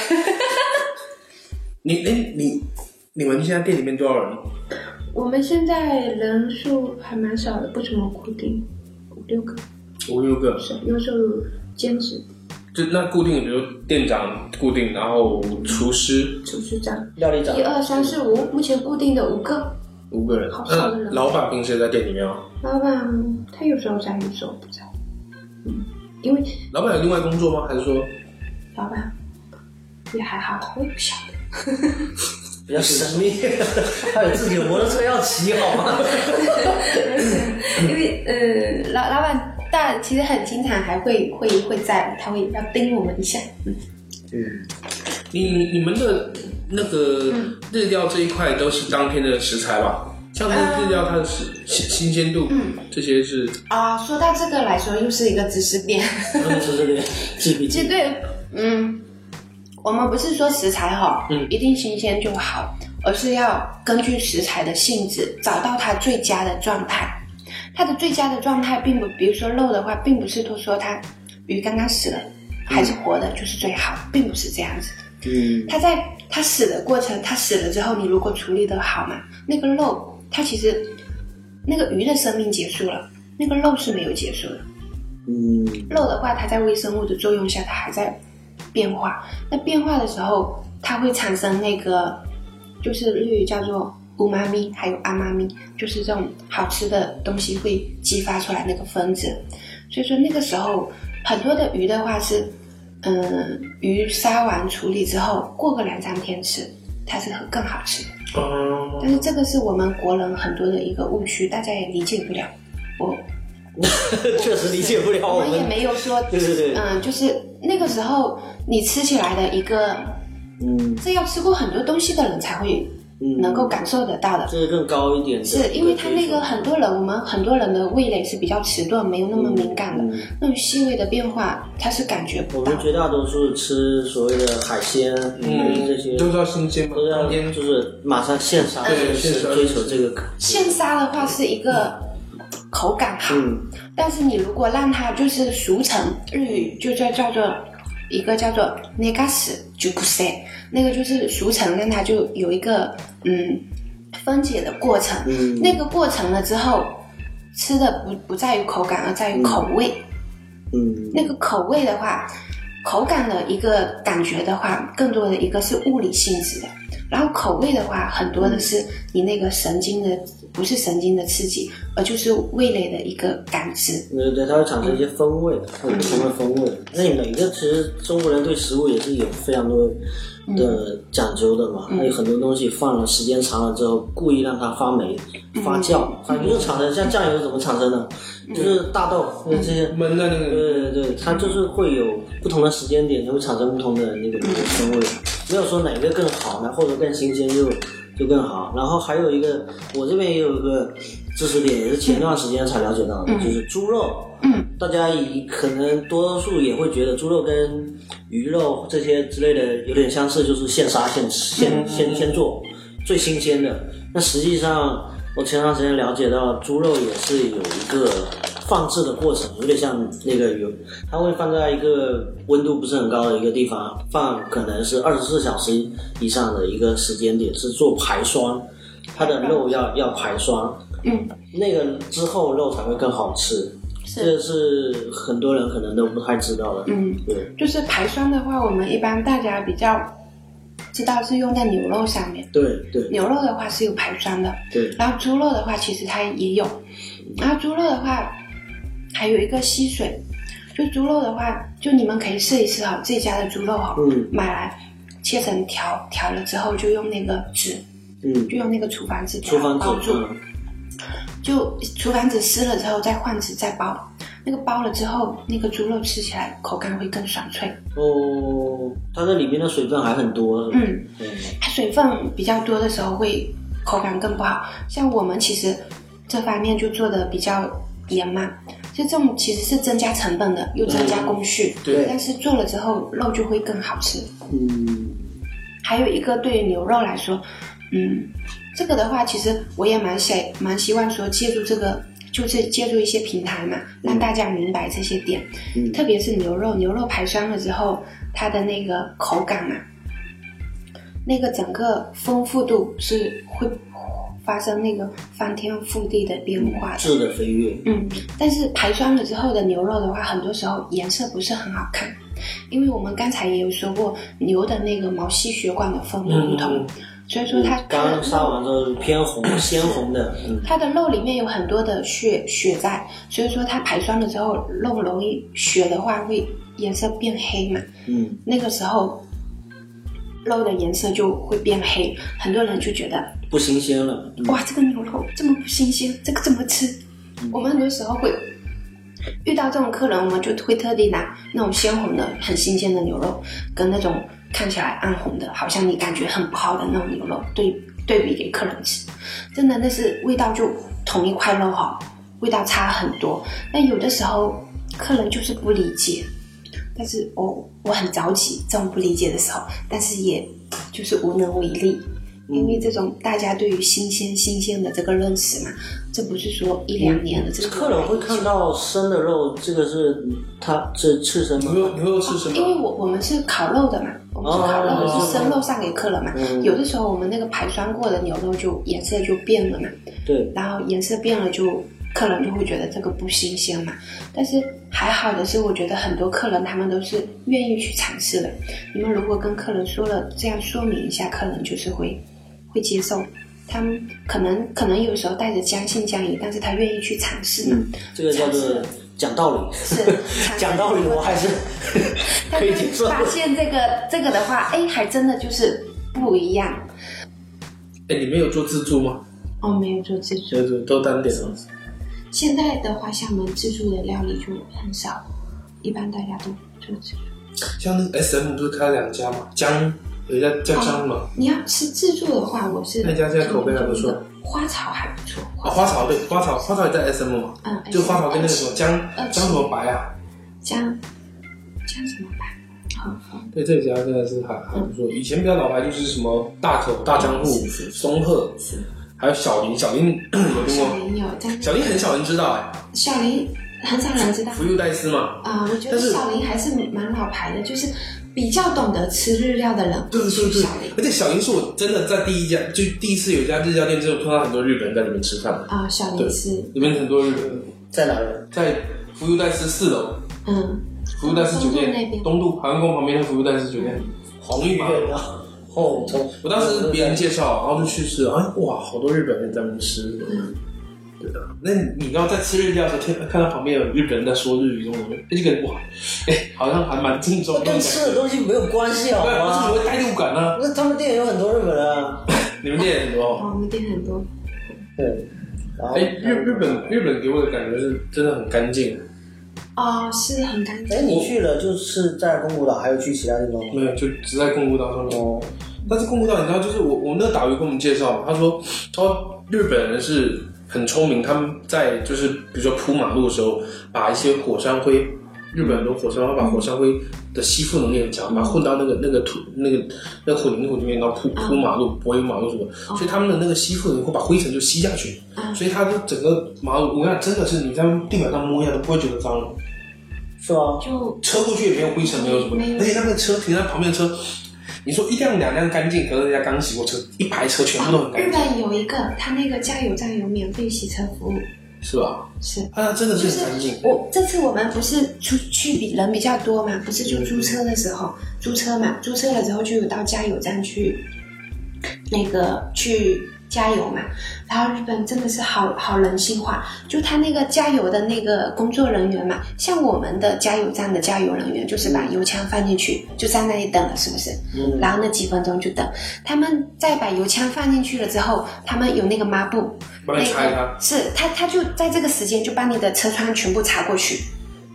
S1: 你哎你你们现在店里面多少人？
S3: 我们现在人数还蛮少的，不怎么固定，五六个，
S1: 五六个。
S3: 是有时候兼职
S1: 就那固定，比如店长固定，然后厨师
S3: 厨师长，
S2: 料理长
S3: 一二三四五，目前固定的五个。
S1: 五个人
S3: 好。吓
S1: 那
S3: 人啊
S1: 老板平时也在店里面哦吗？
S3: 老板他有时候在，有时候不在。嗯，因为
S1: 老板有另外工作吗？还是说
S3: 老板也还好，我也不晓得。
S2: 比较神秘， 还有自己的摩托车要骑好吗？
S6: 因为呃，老老板大其实很经常还会会会在，他会要盯我们一下。
S3: 嗯
S1: 你你你们的那个日料这一块都是当天的食材吧？像是日料它的食新新鲜度，这些是
S6: 啊、说到这个来说，又是一个知识点。
S2: 就是这个
S6: 其
S2: GPT，
S6: 实对，嗯，我们不是说食材哈，嗯，一定新鲜就好，而是要根据食材的性质找到它最佳的状态。它的最佳的状态，并不，比如说肉的话，并不是都说它鱼刚刚死了还是活的，就是最好，并不是这样子的。
S2: 嗯，
S6: 它在它死的过程，它死了之后，你如果处理的好嘛，那个肉它其实那个鱼的生命结束了，那个肉是没有结束的。嗯，肉的话，它在微生物的作用下，它还在变化。那变化的时候，它会产生那个就是日语叫做。乌妈咪，还有阿妈咪，就是这种好吃的东西会激发出来那个分子，所以说那个时候很多的鱼的话是，嗯，鱼杀完处理之后，过个两三天吃，它是很更好吃的。
S1: 哦，
S6: 但是这个是我们国人很多的一个误区，大家也理解不了。我
S2: 确实理解不了哦我
S6: 我们也
S2: 们。
S6: 没有说，
S2: 对对对，
S6: 嗯，就是那个时候你吃起来的一个，
S2: 嗯，
S6: 这要吃过很多东西的人才会
S2: 嗯
S6: 能够感受得到的。
S2: 这是更高一点的，
S6: 是因为他那个很多人，我们很多人的味蕾是比较迟钝，没有那么敏感的，
S2: 嗯
S6: 那种细微的变化，他是感觉
S2: 我
S6: 不到
S2: 们
S6: 的。
S2: 绝大多数吃所谓的海鲜，嗯，这些
S1: 都是要新鲜嘛，
S2: 都要
S1: 当天
S2: 就是马上现杀，是
S1: 对现杀
S2: 追求这个，
S6: 现杀的话是一个口感好，
S2: 嗯，
S6: 但是你如果让它就是熟成，日语就叫叫做一个叫做 negas j u k u 那个就是熟成，让它就有一个嗯分解的过程。
S2: 嗯
S6: 那个过程了之后，吃的不不在于口感，而在于口味。
S2: 嗯，
S6: 那个口味的话，口感的一个感觉的话，更多的一个是物理性质的，然后口味的话，很多的是你那个神经的，不是神经的刺激，而就是味蕾的一个感知。
S2: 对对，它会产生一些风味，它有不同的风味。那你每个其实中国人对食物也是有非常多的讲究的嘛，还有很多东西放了时间长了之后，故意让它发霉、发酵，反正就产生像酱油怎么产生的，就是大豆那这些。
S1: 闷在那
S2: 对
S1: 个。
S2: 对对，它就是会有不同的时间点，就会产生不同的那个那个风味，没有说哪个更好呢，或者更新鲜就就更好。然后还有一个，我这边也有一个知识点也是前段时间才了解到的，就是猪肉，嗯，大家以可能多数也会觉得猪肉跟鱼肉这些之类的有点相似，就是现杀现吃现现现做最新鲜的。那实际上，我前段时间了解到，猪肉也是有一个放置的过程，有点像那个有，它会放在一个温度不是很高的一个地方，放可能是二十四小时以上的一个时间点，是做排霜，它的肉要要排霜。那个之后肉才会更好吃。这个是很多人可能都不太知道的。
S6: 嗯，
S2: 对
S6: 就是排酸的话，我们一般大家比较知道是用在牛肉上面。
S2: 对对
S6: 牛肉的话是有排酸的，
S2: 对，
S6: 然后猪肉的话其实它也有，然后猪肉的话还有一个吸水，就猪肉的话，就你们可以试一试哈，自己家的猪肉哈，
S2: 嗯
S6: 买来切成条，条了之后就用那个纸，
S2: 嗯，
S6: 就用那个厨房纸给
S2: 厨
S6: 它
S2: 房
S6: 包
S2: 纸嗯
S6: 住，就厨房纸湿了之后再换纸再包，那个包了之后，那个猪肉吃起来口感会更爽脆。
S2: 哦，它那里面的水分还很多。是吧
S6: 嗯，它水分比较多的时候会口感更不好。像我们其实这方面就做的比较严嘛，就这种其实是增加成本的，又增加工序。
S2: 对
S6: 但是做了之后肉就会更好吃。
S2: 嗯
S6: 还有一个对于牛肉来说，嗯，这个的话，其实我也蛮想蛮希望说借助这个，就是借助一些平台嘛，让大家明白这些点。
S2: 嗯
S6: 特别是牛肉，牛肉排酸了之后，它的那个口感嘛，那个整个丰富度是会发生那个翻天覆地的变化的。
S2: 质的飞跃。
S6: 嗯，但是排酸了之后的牛肉的话，很多时候颜色不是很好看，因为我们刚才也有说过，牛的那个毛细血管的分布不同，所以说它它
S2: 嗯刚
S6: 的
S2: 杀
S6: 肉
S2: 完之后偏红 鲜红的，嗯
S6: 它的肉里面有很多的血血在，所以说它排酸了之后，肉容易血的话会颜色变黑嘛，
S2: 嗯
S6: 那个时候肉的颜色就会变黑，很多人就觉得
S2: 不新鲜了。嗯
S6: 哇，这个牛肉这么不新鲜，这个怎么吃？我们很多时候会遇到这种客人，我们就会特地拿那种鲜红的、很新鲜的牛肉，跟那种看起来暗红的，好像你感觉很不好的那种牛肉对对比给客人吃，真的那是味道就同一块肉哈，味道差很多。但有的时候客人就是不理解，但是我我很着急这种不理解的时候，但是也就是无能为力。因为这种大家对于新鲜新鲜的这个认识嘛，这不是说一两年的这个
S2: 客人会看到生的肉，这个是它是刺身
S1: 牛肉
S2: 吗？
S1: 牛肉吃什
S6: 因为
S1: 么？
S6: 我我们是烤肉的嘛，我们是烤肉，
S2: 哦
S6: 是生肉上给客人嘛。
S2: 嗯
S6: 有的时候我们那个排酸过的牛肉就颜色就变了嘛，
S2: 对，
S6: 然后颜色变了就客人就会觉得这个不新鲜嘛。但是还好的是，我觉得很多客人他们都是愿意去尝试的。你们如果跟客人说了这样说明一下，客人就是会会接受。他们可能可能有时候带着将信将疑，但是他愿意去尝试嘛。
S2: 嗯，这个叫做
S6: 尝试
S2: 讲道理。
S6: 是
S2: 讲道理，我还是
S6: 但
S2: 可以
S6: 是
S2: 接受。
S6: 发现这个这个的话，哎，还真的就是不一样。
S1: 哎，你们有做自助吗？
S3: 哦，没有做自助。
S1: 就是都单点了。
S3: 现在的话，厦门自助的料理就很少，一般大家都做自助。
S1: 像那个 S M 不是开了两家吗？江有一家叫江嘛，
S3: 你要吃自助的话，我是
S1: 那家现在口碑还不错，
S3: 花草还不错。
S1: 啊，花草对，花草花草也在 S M 嘛，
S3: 嗯，
S1: 就花草跟那个什么江
S3: 嗯
S1: 江什么白啊，
S3: 江江什么吧？
S1: 对这家真的是还还不错。以前比较老牌就是什么大口、大江户、松鹤，还有小林，小林 有听
S3: 小
S1: 过？
S3: 林有，但
S1: 小
S3: 是
S1: 林很少人知道哎，
S3: 小林很少人知道。
S1: 福佑戴斯嘛，
S3: 啊、我觉
S1: 但
S3: 得
S1: 是
S3: 小林还是蛮老牌的，就是比较懂得吃日料的人
S1: 对对
S3: 会去
S1: 对
S3: 小林，
S1: 而且小林是我真的在第一家，就第一次有一家日料店之后，碰到很多日本人在里面吃饭，
S3: 啊、小
S1: 对
S3: 林是
S1: 里面很多日本人
S2: 在哪里？
S1: 在福佑戴斯四楼。
S3: 嗯，
S1: 服务代斯酒
S3: 东渡那
S1: 店，
S3: 边
S1: 东渡海洋宫旁边的服务代斯酒店。啊
S2: 红玉月亮。哦，从
S1: 我当时别人介绍，然后就去吃，哎，哇，好多日本人在那边吃。对的，那你要在吃日料的时候，天看到旁边有日本人在说日语中文，那就感觉哇，哎，好像还蛮正宗的。
S2: 跟吃的东西没有关系好
S1: 对，啊不是
S2: 吗
S1: 所？谓代入感啊呢、
S2: 那他们店有很多日本人啊。
S1: 你们店也很多。
S3: 哦，我们店很多，
S2: 对，然后
S1: 哎，日日本日本给我的感觉是真的很干净，
S3: 哦，是很干净。
S2: 哎，你去了就是在宫古岛，还有去其他地方吗？
S1: 没有就只在宫古岛上面。
S2: 哦，
S1: 但是宫古岛，你知道，就是我我那个导游跟我们介绍嘛，他说，他说日本人是很聪明，他们在就是比如说铺马路的时候，把一些火山灰，日本很多火山灰把火山灰的吸附能力很强，把混到那个那个土那个那个混凝土里面，然后铺铺马路、柏油马路什么，所以他们的那个吸附能力会把灰尘就吸下去，所以它的整个马路，我看真的是你在地板上摸一下都不会觉得脏了。
S2: 是吧？
S3: 就
S1: 车过去也没有灰尘，没有什么
S3: 没，有
S1: 而且那个车停在旁边的车，你说一辆两辆干净，可是人家刚洗过车，一排车
S2: 啊
S1: 全部都很
S3: 嗯日
S1: 干净，
S3: 本有一个，他那个加油站有免费洗车服务，
S1: 是吧？
S3: 是
S1: 啊，真的是
S3: 嗯就是
S1: 很干净，
S3: 我这次我们不是出去比人比较多嘛，不是就租车的时候租车嘛，租车了之后就有到加油站去，那个去加油嘛。然后日本真的是好好人性化，就他那个加油的那个工作人员嘛，像我们的加油站的加油人员就是把油枪放进去，就在那里等了，是不是？
S2: 嗯
S3: 然后那几分钟就等，他们再把油枪放进去了之后，他们有那个抹布，
S1: 帮你擦一擦。
S3: 是他，他就在这个时间就把你的车窗全部擦过去，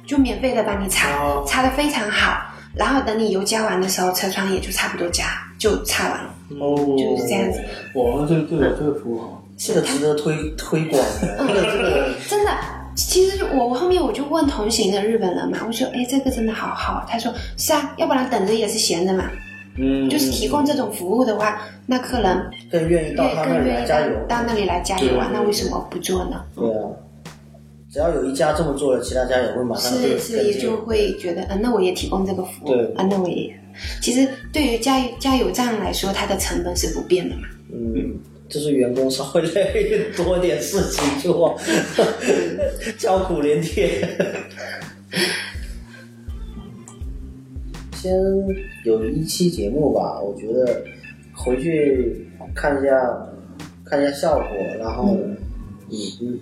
S3: 就免费的帮你擦，
S1: 哦
S3: 擦的非常好。然后等你油加完的时候，车窗也就差不多加，就擦完了。
S2: 哦，
S3: 就是这样子。
S1: 哇，那这个这个这个服务好，
S2: 这个值得推 推广的，这个这个
S3: 真的，其实我我后面我就问同行的日本人嘛，我说，哎，这个真的好好。他说是啊，要不然等着也是闲的嘛。
S1: 嗯，
S3: 就是提供这种服务的话，那客人
S2: 更愿意到
S3: 越
S2: 他那
S3: 更
S2: 里
S3: 愿
S2: 来
S3: 意
S2: 加油。
S3: 到那里来加油啊，那为什么不做呢？
S2: 对啊，只要有一家这么做了，其他家也会马上
S3: 是
S2: 跟
S3: 是，也就会觉得，嗯、那我也提供这个服务
S2: 对，
S3: 啊，那我也。其实对于加油加油站来说，它的成本是不变的嘛。
S2: 嗯，就是员工稍微 累多点事情做， 叫苦连天。先有一期节目吧，我觉得回去看一下，看一下效果，然后你嗯，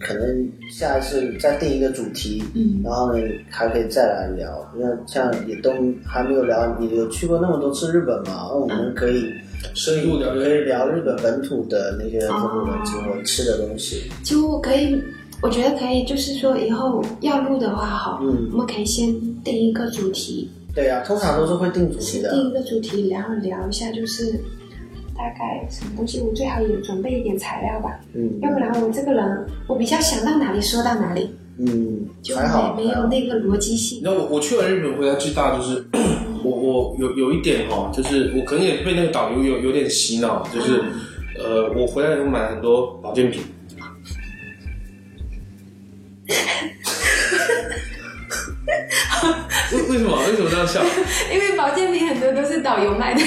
S2: 可能下一次再定一个主题，嗯，然后呢还可以再来聊。因为像也都还没有聊，你有去过那么多次日本嘛？那哦我们可以。
S1: 深入了
S2: 可以
S1: 解。
S2: 聊日本本土的那些风土人情和吃的东西。
S3: 就可以，我觉得可以，就是说以后要录的话，哈，
S2: 嗯
S3: 我们可以先定一个主题，
S2: 对呀、通常都是会定主题的。
S3: 定一个主题，然后聊一下就是大概什么东西，我最好也准备一点材料吧，
S2: 嗯
S3: 要不然我这个人我比较想到哪里说到哪里，
S2: 嗯，
S3: 就
S2: 还好。
S3: 没没有那个逻辑性。
S1: 那我我去了日本回来最大就是
S3: 嗯
S1: 我我有有一点哈、就是我可能也被那个导游有有点洗脑，就是
S3: 嗯
S1: 呃，我回来以后买很多保健 品，为为什么为什么这样笑
S5: 因为保健品很多都是导游 卖的，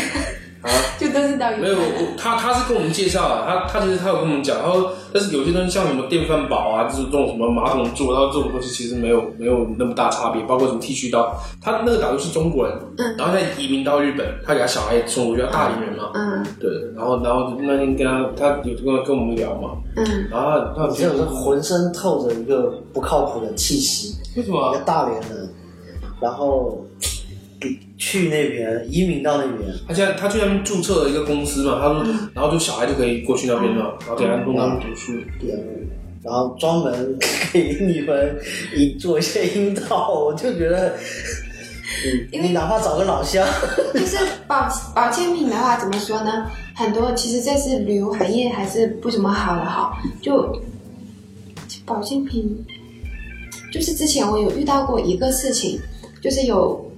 S1: 啊？
S5: 就都是导游卖
S1: 没有，
S5: 的。
S1: 我他他是跟我们介绍啊，他他其实他有跟我们讲，他说，但是有些东西像什么电饭煲啊，就是这种什么马桶座，然后这种东西其实没有没有那么大差别，包括什么剃须刀，他那个导游是中国人，嗯，然后再移民到日本，他给他小孩也送过去，他大龄人嘛，
S3: 嗯
S1: 对，然后然后那天跟他他有跟跟我们聊嘛，
S3: 嗯，
S1: 然后他
S2: 你这种是浑身透着一个不靠谱的气息，
S1: 为什
S2: 一
S1: 么
S2: 个？大连人，然后去那边移民到那边，
S1: 他现在他去那边注册了一个公司嘛，他说，然后就小孩就可以过去那边嘛，然后给他弄到读书，
S2: 然后专门给你们引做一些引导，我就觉得，你你哪怕找个老乡，
S3: 就是保保健品的话，怎么说呢？很多其实这次旅游行业还是不怎么好的哈。就保健品，就是之前我有遇到过一个事情，就是有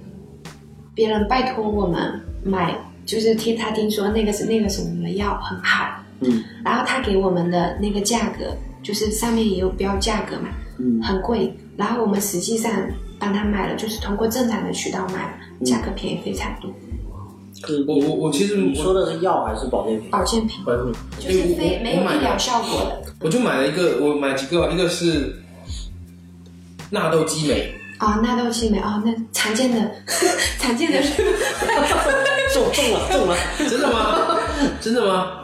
S3: 别人拜托我们买，就是听他听说那个是那个什么的药很好，
S2: 嗯，
S3: 然后他给我们的那个价格，就是上面也有标价格嘛，
S2: 嗯
S3: 很贵。然后我们实际上帮他买了，就是通过正常的渠道买了，价格便宜非常多。
S1: 嗯我我我其实
S2: 你说
S1: 我
S2: 的是药还是保健品？
S3: 保健品，
S1: 反正
S3: 就是
S1: 哎我
S3: 非
S1: 我
S3: 没有
S1: 我买
S3: 医
S1: 了
S3: 疗效果的
S1: 我就买了一个，我买几个，一个是纳豆激酶，
S3: 啊、纳豆激酶啊，那常见的 常见 的是
S2: 中中了中了。
S1: 真 的吗？真的吗？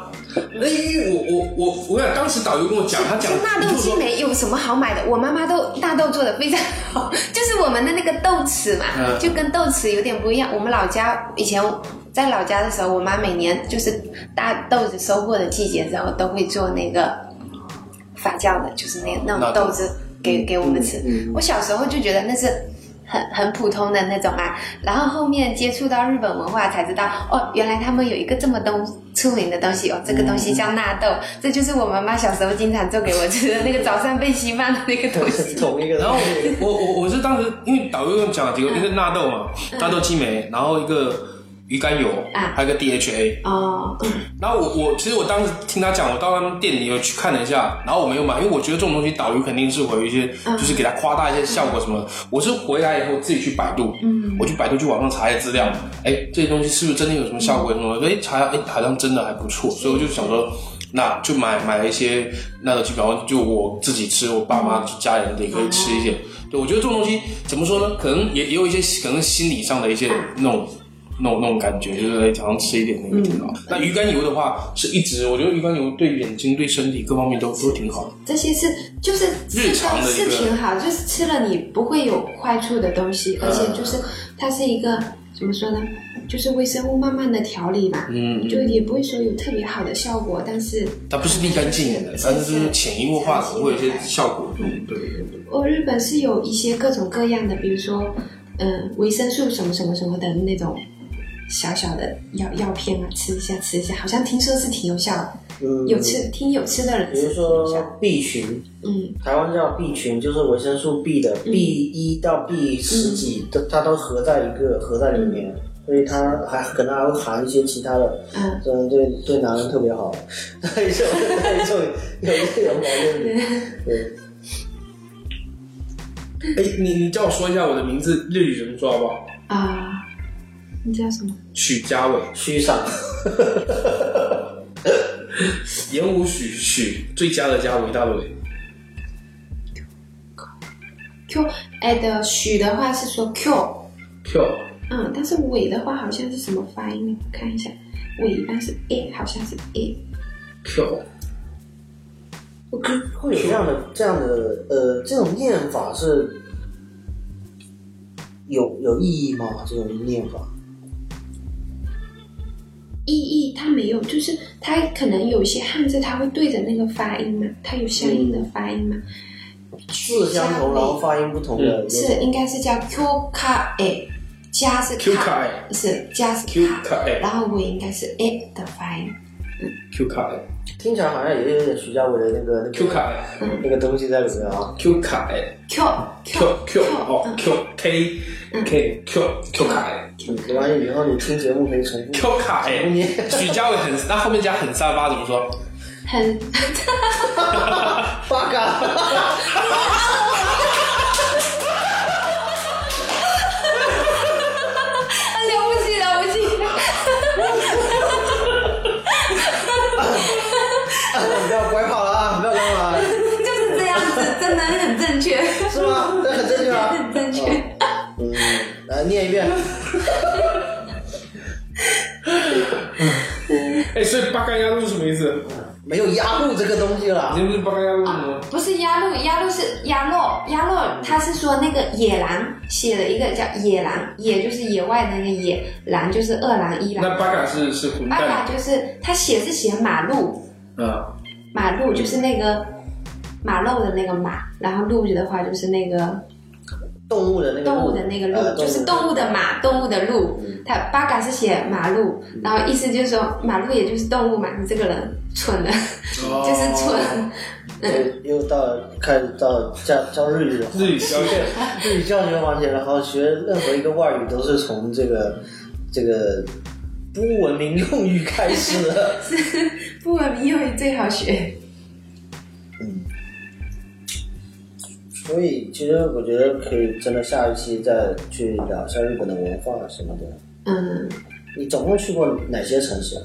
S1: 那因为我我我我想当时导游跟我讲，他讲
S5: 纳豆激
S1: 说
S5: 酶有什么好买的？我妈妈都大豆做的非常好，就是我们的那个豆豉嘛，
S1: 嗯
S5: 就跟豆豉有点不一样。我们老家以前在老家的时候，我妈每年就是大豆子收获的季节之后，都会做那个发酵的，就是那那
S1: 纳
S5: 种
S1: 豆
S5: 豆子给给我们吃。我小时候就觉得那是
S6: 很很普通的那种啊。然后后面接触到日本文化才知道，哦，原来他们有一个这么东出名的东西哦，这个东西叫纳豆，这就是我妈妈小时候经常做给我吃的那个早上被稀饭的那个东西。
S2: 同一个。
S1: 然后我我我是当时因为导游跟我讲了
S5: 嗯
S1: 几个，一个纳豆嘛，纳豆激酶，然后一个鱼肝油，
S6: 啊
S1: 还有一个 DHA。
S6: 哦，
S3: 嗯
S1: 然后我我其实我当时听他讲，我到他们店里又去看了一下，然后我没有买，因为我觉得这种东西导游肯定是会有一些，就是给他夸大一些效果什么的。我是回来以后自己去百度，嗯，我去百度去网上查一些资料，哎，这些东西是不是真的有什么效果什么的？哎，查哎好像真的还不错，所以我就想说。那就买买了一些那个基本上就我自己吃，我爸妈家人也可以吃一些。对，我觉得这种东西怎么说呢？可能也也有一些可能心理上的一些那种那种那种感觉，就是哎，常常吃一点那个挺好。那鱼肝油的话，是一直我觉得鱼肝油对眼睛、对身体各方面都都挺好的。
S3: 这些是就是
S1: 日
S3: 是
S1: 常的一
S3: 是
S1: 个
S3: 挺好，就是吃了你不会有坏处的东西，
S1: 嗯
S3: 而且就是它是一个怎么说呢，就是微生物慢慢的调理吧，
S1: 嗯，
S3: 就也不会说有特别好的效果，但是
S1: 它不是立竿见影的，但是就是潜移默化的会有一些效果。嗯，对对对。
S3: 哦，日本是有一些各种各样的，比如说，嗯，维生素什么什么什么的那种小小的药药片啊，吃一下吃一下，好像听说是挺有效的，
S2: 嗯，
S3: 有吃听有吃的人
S2: 比
S3: 吃
S2: 如
S3: 挺有效
S2: 说 B 群，
S3: 嗯，
S2: 台湾叫 B 群，就是维生素 B 的 B 一到 B 十几，都它都合在一个合在里面，所以它还可能还会含一些其他的，
S3: 嗯，
S2: 这对对男人特别好， 那一种那一种有一种毛病， 对，
S1: 哎，你你叫我说一下我的名字日语怎么说好不好？
S3: 啊，你叫什么？
S1: 许家伟，
S2: 虚上，
S1: 言无许许，最佳的佳，伟大的伟。
S3: Q 哎的许的话是说 Q，
S1: Q
S3: 嗯，但是尾的话好像是什么发音呢？我看一下，尾一般是 A，好像是 A，
S1: Q，
S2: 我可 会有这样的这样的呃这种念法是有有意义吗？这种念法，
S3: 意义它没有，就是它可能有一些汉字，它会对着那个发音嘛，它有相应
S2: 嗯
S3: 的发音嘛。
S2: 字相嗯同然后发音不同的，有
S3: 是应该是叫 Q 卡 A，加是
S1: Q 卡 A
S3: 是加是
S1: Q 卡 A
S3: 然后尾应该是 A 的发音。
S1: Q 卡
S2: 听起来好像也有点徐家伟的那个那个
S1: Q 卡
S2: 那个东西在里面啊。
S1: Q 卡
S3: Q
S1: Q Q 哦
S3: 嗯
S1: Q K K Q Q 卡
S2: 没关系，以后你听节目可以重复。
S1: Q 卡哎，许家伟很，那后面加很三八怎么说？
S3: 很
S2: 八 嘎，
S3: 啊了不起了不起，
S2: 啊不要拐跑了啊！不要拐跑了，
S3: 就是这样子，真的很正确，
S2: 是吗？这很正确啊。
S3: 很正确。
S2: 嗯，来念一遍。
S1: 哎，所以八嘎鸭路是什么意思？
S2: 没有压路这个东西了
S1: 你。这不是八嘎鸭路吗？
S3: 不是鸭绿，鸭绿是鸭肉，鸭肉它是说那个野狼写的一个叫野狼，野就是野外的那个野，狼就是二狼一
S1: 那
S3: 狼。
S1: 八嘎是是混
S3: 爸爸
S1: 蛋，
S3: 就是他写是写马路，
S1: 啊，
S3: 马路就是那个马肉的那个马，然后路的话就是那个
S2: 动物的那个
S3: 动物的那个
S2: 呃
S3: 路，就是动物
S2: 的嗯
S3: 的马，动物的路。他八嘎是写马路，然后意思就是说马路也就是动物嘛，你这个人蠢了，
S2: 哦
S3: 就是蠢。
S2: 对，又到了开始到教教日语了。
S1: 日语标签。
S2: 日语教学环节，然后学任何一个外语都是从这个这个不文明用语开始 的。
S3: 不文明用语最好学。
S2: 所以其实我觉得可以真的下一期再去聊一下日本的文化什么的。
S3: 嗯。
S2: 你总共去过哪些城市啊？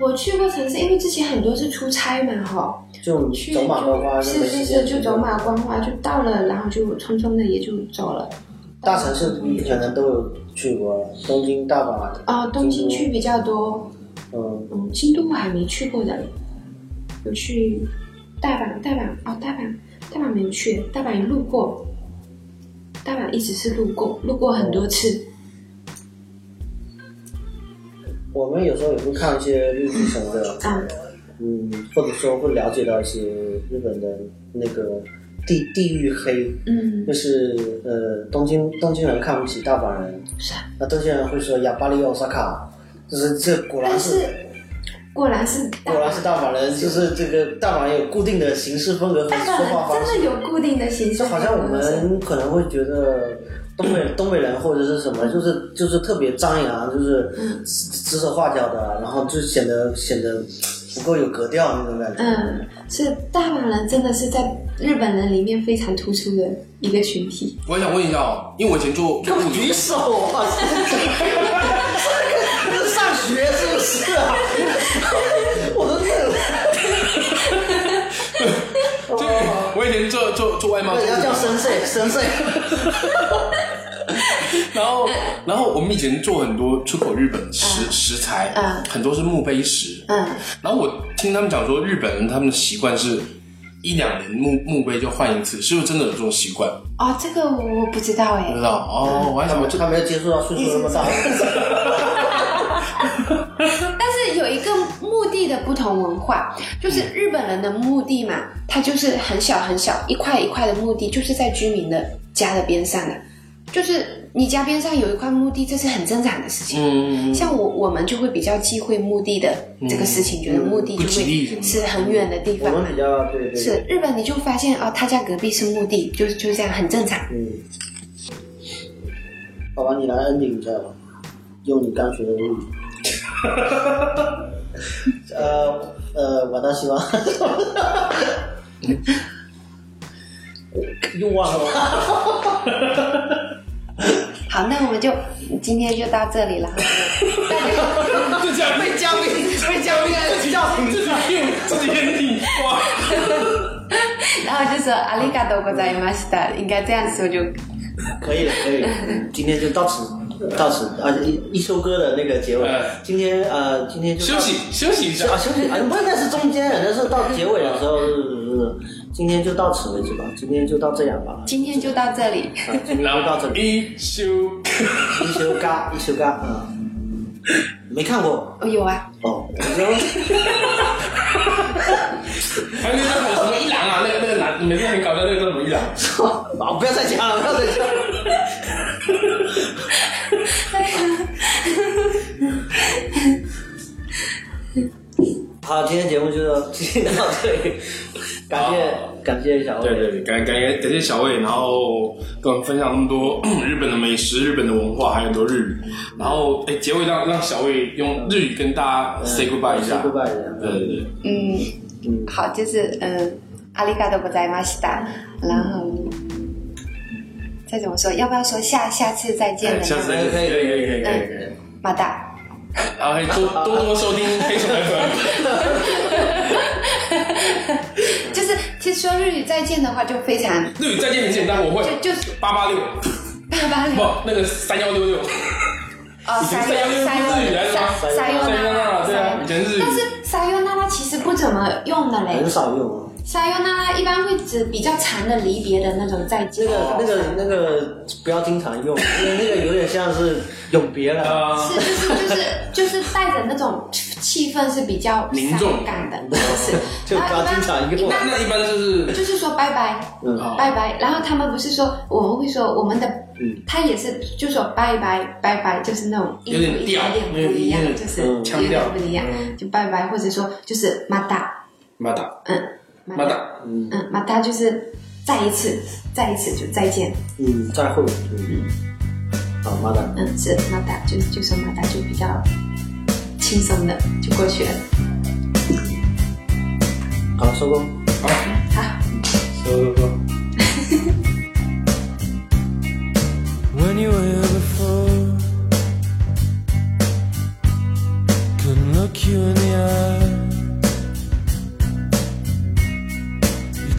S3: 我去过城市，因为之前很多是出差嘛，哈，
S2: 就
S3: 去
S2: 走马观花，
S3: 是
S2: 没
S3: 是
S2: 时
S3: 是，
S2: 间
S3: 就走马观花，就到了，然后就匆匆的也就走了。
S2: 大城市你可能都有去过，东京、大阪。
S3: 啊、东京
S2: 京
S3: 去比较多，
S2: 嗯，
S3: 嗯，京都我还没去过的，有去大阪，大阪哦，大阪，大阪没有去，大阪也路过，大阪一直是路过，路过很多次。
S2: 我们有时候也会看一些日剧什么的，嗯
S3: 啊、
S2: 嗯，或者说会了解到一些日本的那个地地域黑，
S3: 嗯，
S2: 就是呃东京东京人看不起大阪人，
S3: 是啊
S2: 那东京人会说亚巴利奥萨卡，就是这果然
S5: 但
S2: 是
S5: 是果然是大
S2: 果然是大阪人，就是这个大阪人有固定的行事风格和
S5: 大
S2: 说话
S5: 阪
S2: 方
S5: 人
S2: 式
S5: 真的。有固定的形式，
S2: 就好像我们可能会觉得东北东北人或者是什么，就是就是特别张扬，就是指指手画脚的，然后就显得显得不够有格调那种感觉。
S5: 嗯，是大阪人真的是在日本人里面非常突出的一个群体。
S1: 我想问一下哦，因为我以前做做物理，
S2: 举手啊！这个上学是不是啊？ 我都累了。哦
S1: 我以前做做做外贸 做
S2: 对，
S1: 物
S2: 要
S1: 理
S2: 叫深邃，深 邃。
S1: 然后，然后我们以前做很多出口日本食、食材，
S3: 嗯
S1: 很多是墓碑石，
S3: 嗯，
S1: 然后我听他们讲说，日本人他们的习惯是一两年墓墓碑就换一次，是不是真的有这种习惯？
S6: 哦，这个我不知道
S1: 不
S6: 哎
S1: 知，道哦，我还
S2: 他
S1: 想
S2: 们他没有接触到岁数那么大。
S6: 但是有一个墓地的不同文化，就是
S2: 嗯
S6: 日本人的墓地嘛，它就是很小很小，一块一块的墓地，就是在居民的家的边上的，啊就是你家边上有一块墓地，这是很正常的事情。
S1: 嗯，
S6: 像我我们就会比较忌讳墓地的这个事情，觉得墓地就
S1: 不吉利什么的
S6: 会是很远的地
S2: 嗯我
S6: 方嘛
S2: 们比。较对对对
S6: 是日本，你就发现哦，他家隔壁是墓地，就就这样，很正常。
S2: 嗯，好吧，你来 ending 一下吧，用你刚学的日 语。呃呃，我倒希 望，又忘 了。
S6: 好，那我们就今天就到这 里了。
S1: 就这样被嘉宾被嘉宾自己自己骗自己骗你哇！
S6: 然后就说阿里嘎多ございました，应该这样说就
S2: 可以了，可以了，今天就到此，到此啊，一一首歌的那个结尾
S1: 哎。
S2: 今天呃，今天就到
S1: 休息休息一下
S2: 啊，，休息啊，不是，那是中间，那是到结尾的时候，是今天就到此为止吧，今天就到这样吧。
S6: 今天就到这里。
S2: 啊，今天就到这里。
S1: 一休。
S2: 一休嘎，一休嘎，啊、没看过
S6: 哦，有啊，
S2: 哦，我 说
S1: 还有那个什么一郎啊，那个那个男，每次很搞笑那个叫什么一郎？
S2: 啊，不要再讲了，不要再讲了。 好，今天节目就到今天到这里，感谢感谢小欧，
S1: 对对对，感感谢感谢小魏，然后跟我们分享那么多日本的美食、日本的文化，还有很多日语。然后哎，结尾让让小魏用日语跟大家 say goodbye 一下。
S2: 嗯，goodbye 一下
S1: 对对对，
S6: 嗯，好，就是嗯，阿里嘎多ございました。然后再怎么说，要不要说下下次再见
S1: 哎
S6: 呢？
S1: 下次再见，可以可以可以可以可以。可以
S6: 马达。
S1: 然后可以多多多收听黑熊 FM。
S6: 就是其实说日语再见的话，就非常
S1: 日语再见很简单，我会
S6: 就就是
S1: 八八六，
S6: 八八
S1: 不
S6: 六
S1: 那个三幺六六，
S6: 哦，
S1: 以前
S6: 三
S1: 三幺六六是
S6: 幺三
S1: 日语
S6: 幺
S1: 来着吗？
S6: 三三幺
S1: 三幺六对啊，以前日语
S5: 但是撒尤那拉其实不怎么用的嘞
S2: 很，少用啊。
S5: 撒尤那拉一般会指比较长的离别的那种再见。
S2: 那嗯个那个不要经 常用，因为那个有点像是永别了。
S1: 啊，
S5: 是就是就是就是带着那种气氛是比较
S1: 凝重
S5: 伤感的，是
S2: 就不要经常用
S5: 然后一般
S1: 那一般就是
S5: 一般就是说拜拜，
S2: 嗯
S1: 哦
S5: 拜拜。然后他们不是说我们会说我们的，他也是就说拜拜拜拜，就是那种
S1: 嗯有点调
S5: 有点不一样，就是
S2: 嗯
S1: 腔调嗯
S5: 有点不一样，就拜拜，或者说就是马达，
S1: 马达
S5: 嗯，
S1: 马，达。
S5: 嗯，马达就是再一次，再一次就再见，
S2: 嗯，再会。嗯，好，妈蛋。
S5: 嗯，是马达，就就说马达就比较轻松的就过去了。
S2: 好，收工。
S9: when you were here before. Couldn't look you in the eye. You're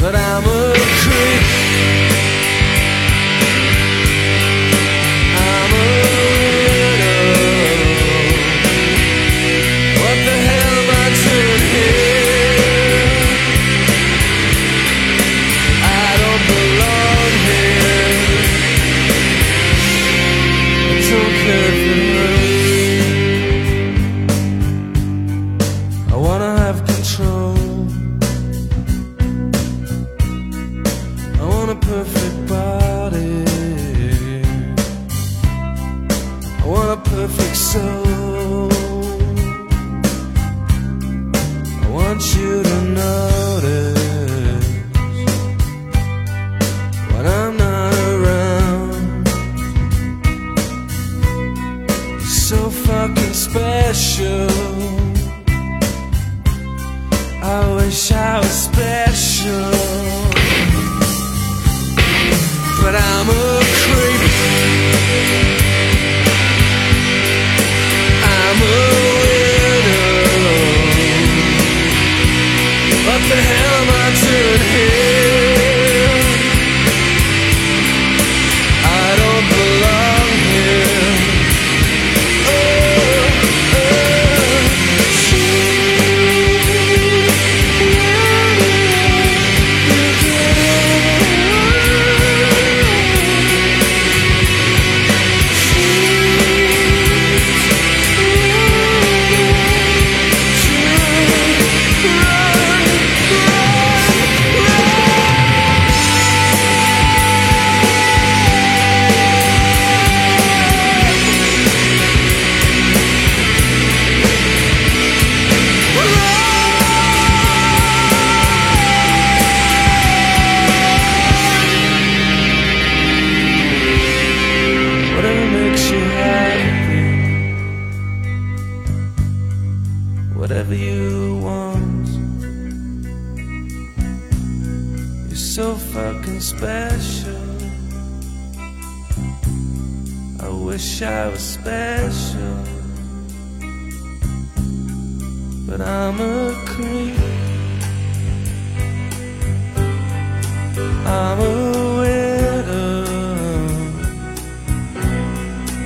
S9: But I'm a perfect soul. I want you to notice when I'm not around. You're so fucking special. I wish I was special. But I'm a creep. I'm a widow. What the hell am I doing here? I don't belong here. Oh, oh. She Whatever makes you happy. Whatever you want. You're so fucking special. I wish I was special. But I'm a creep. I'm a widow.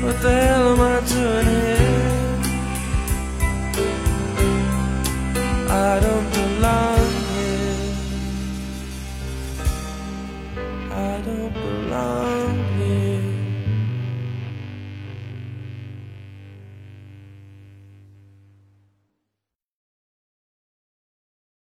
S9: What the hell am I doing here? I don't belong here. I don't belong here.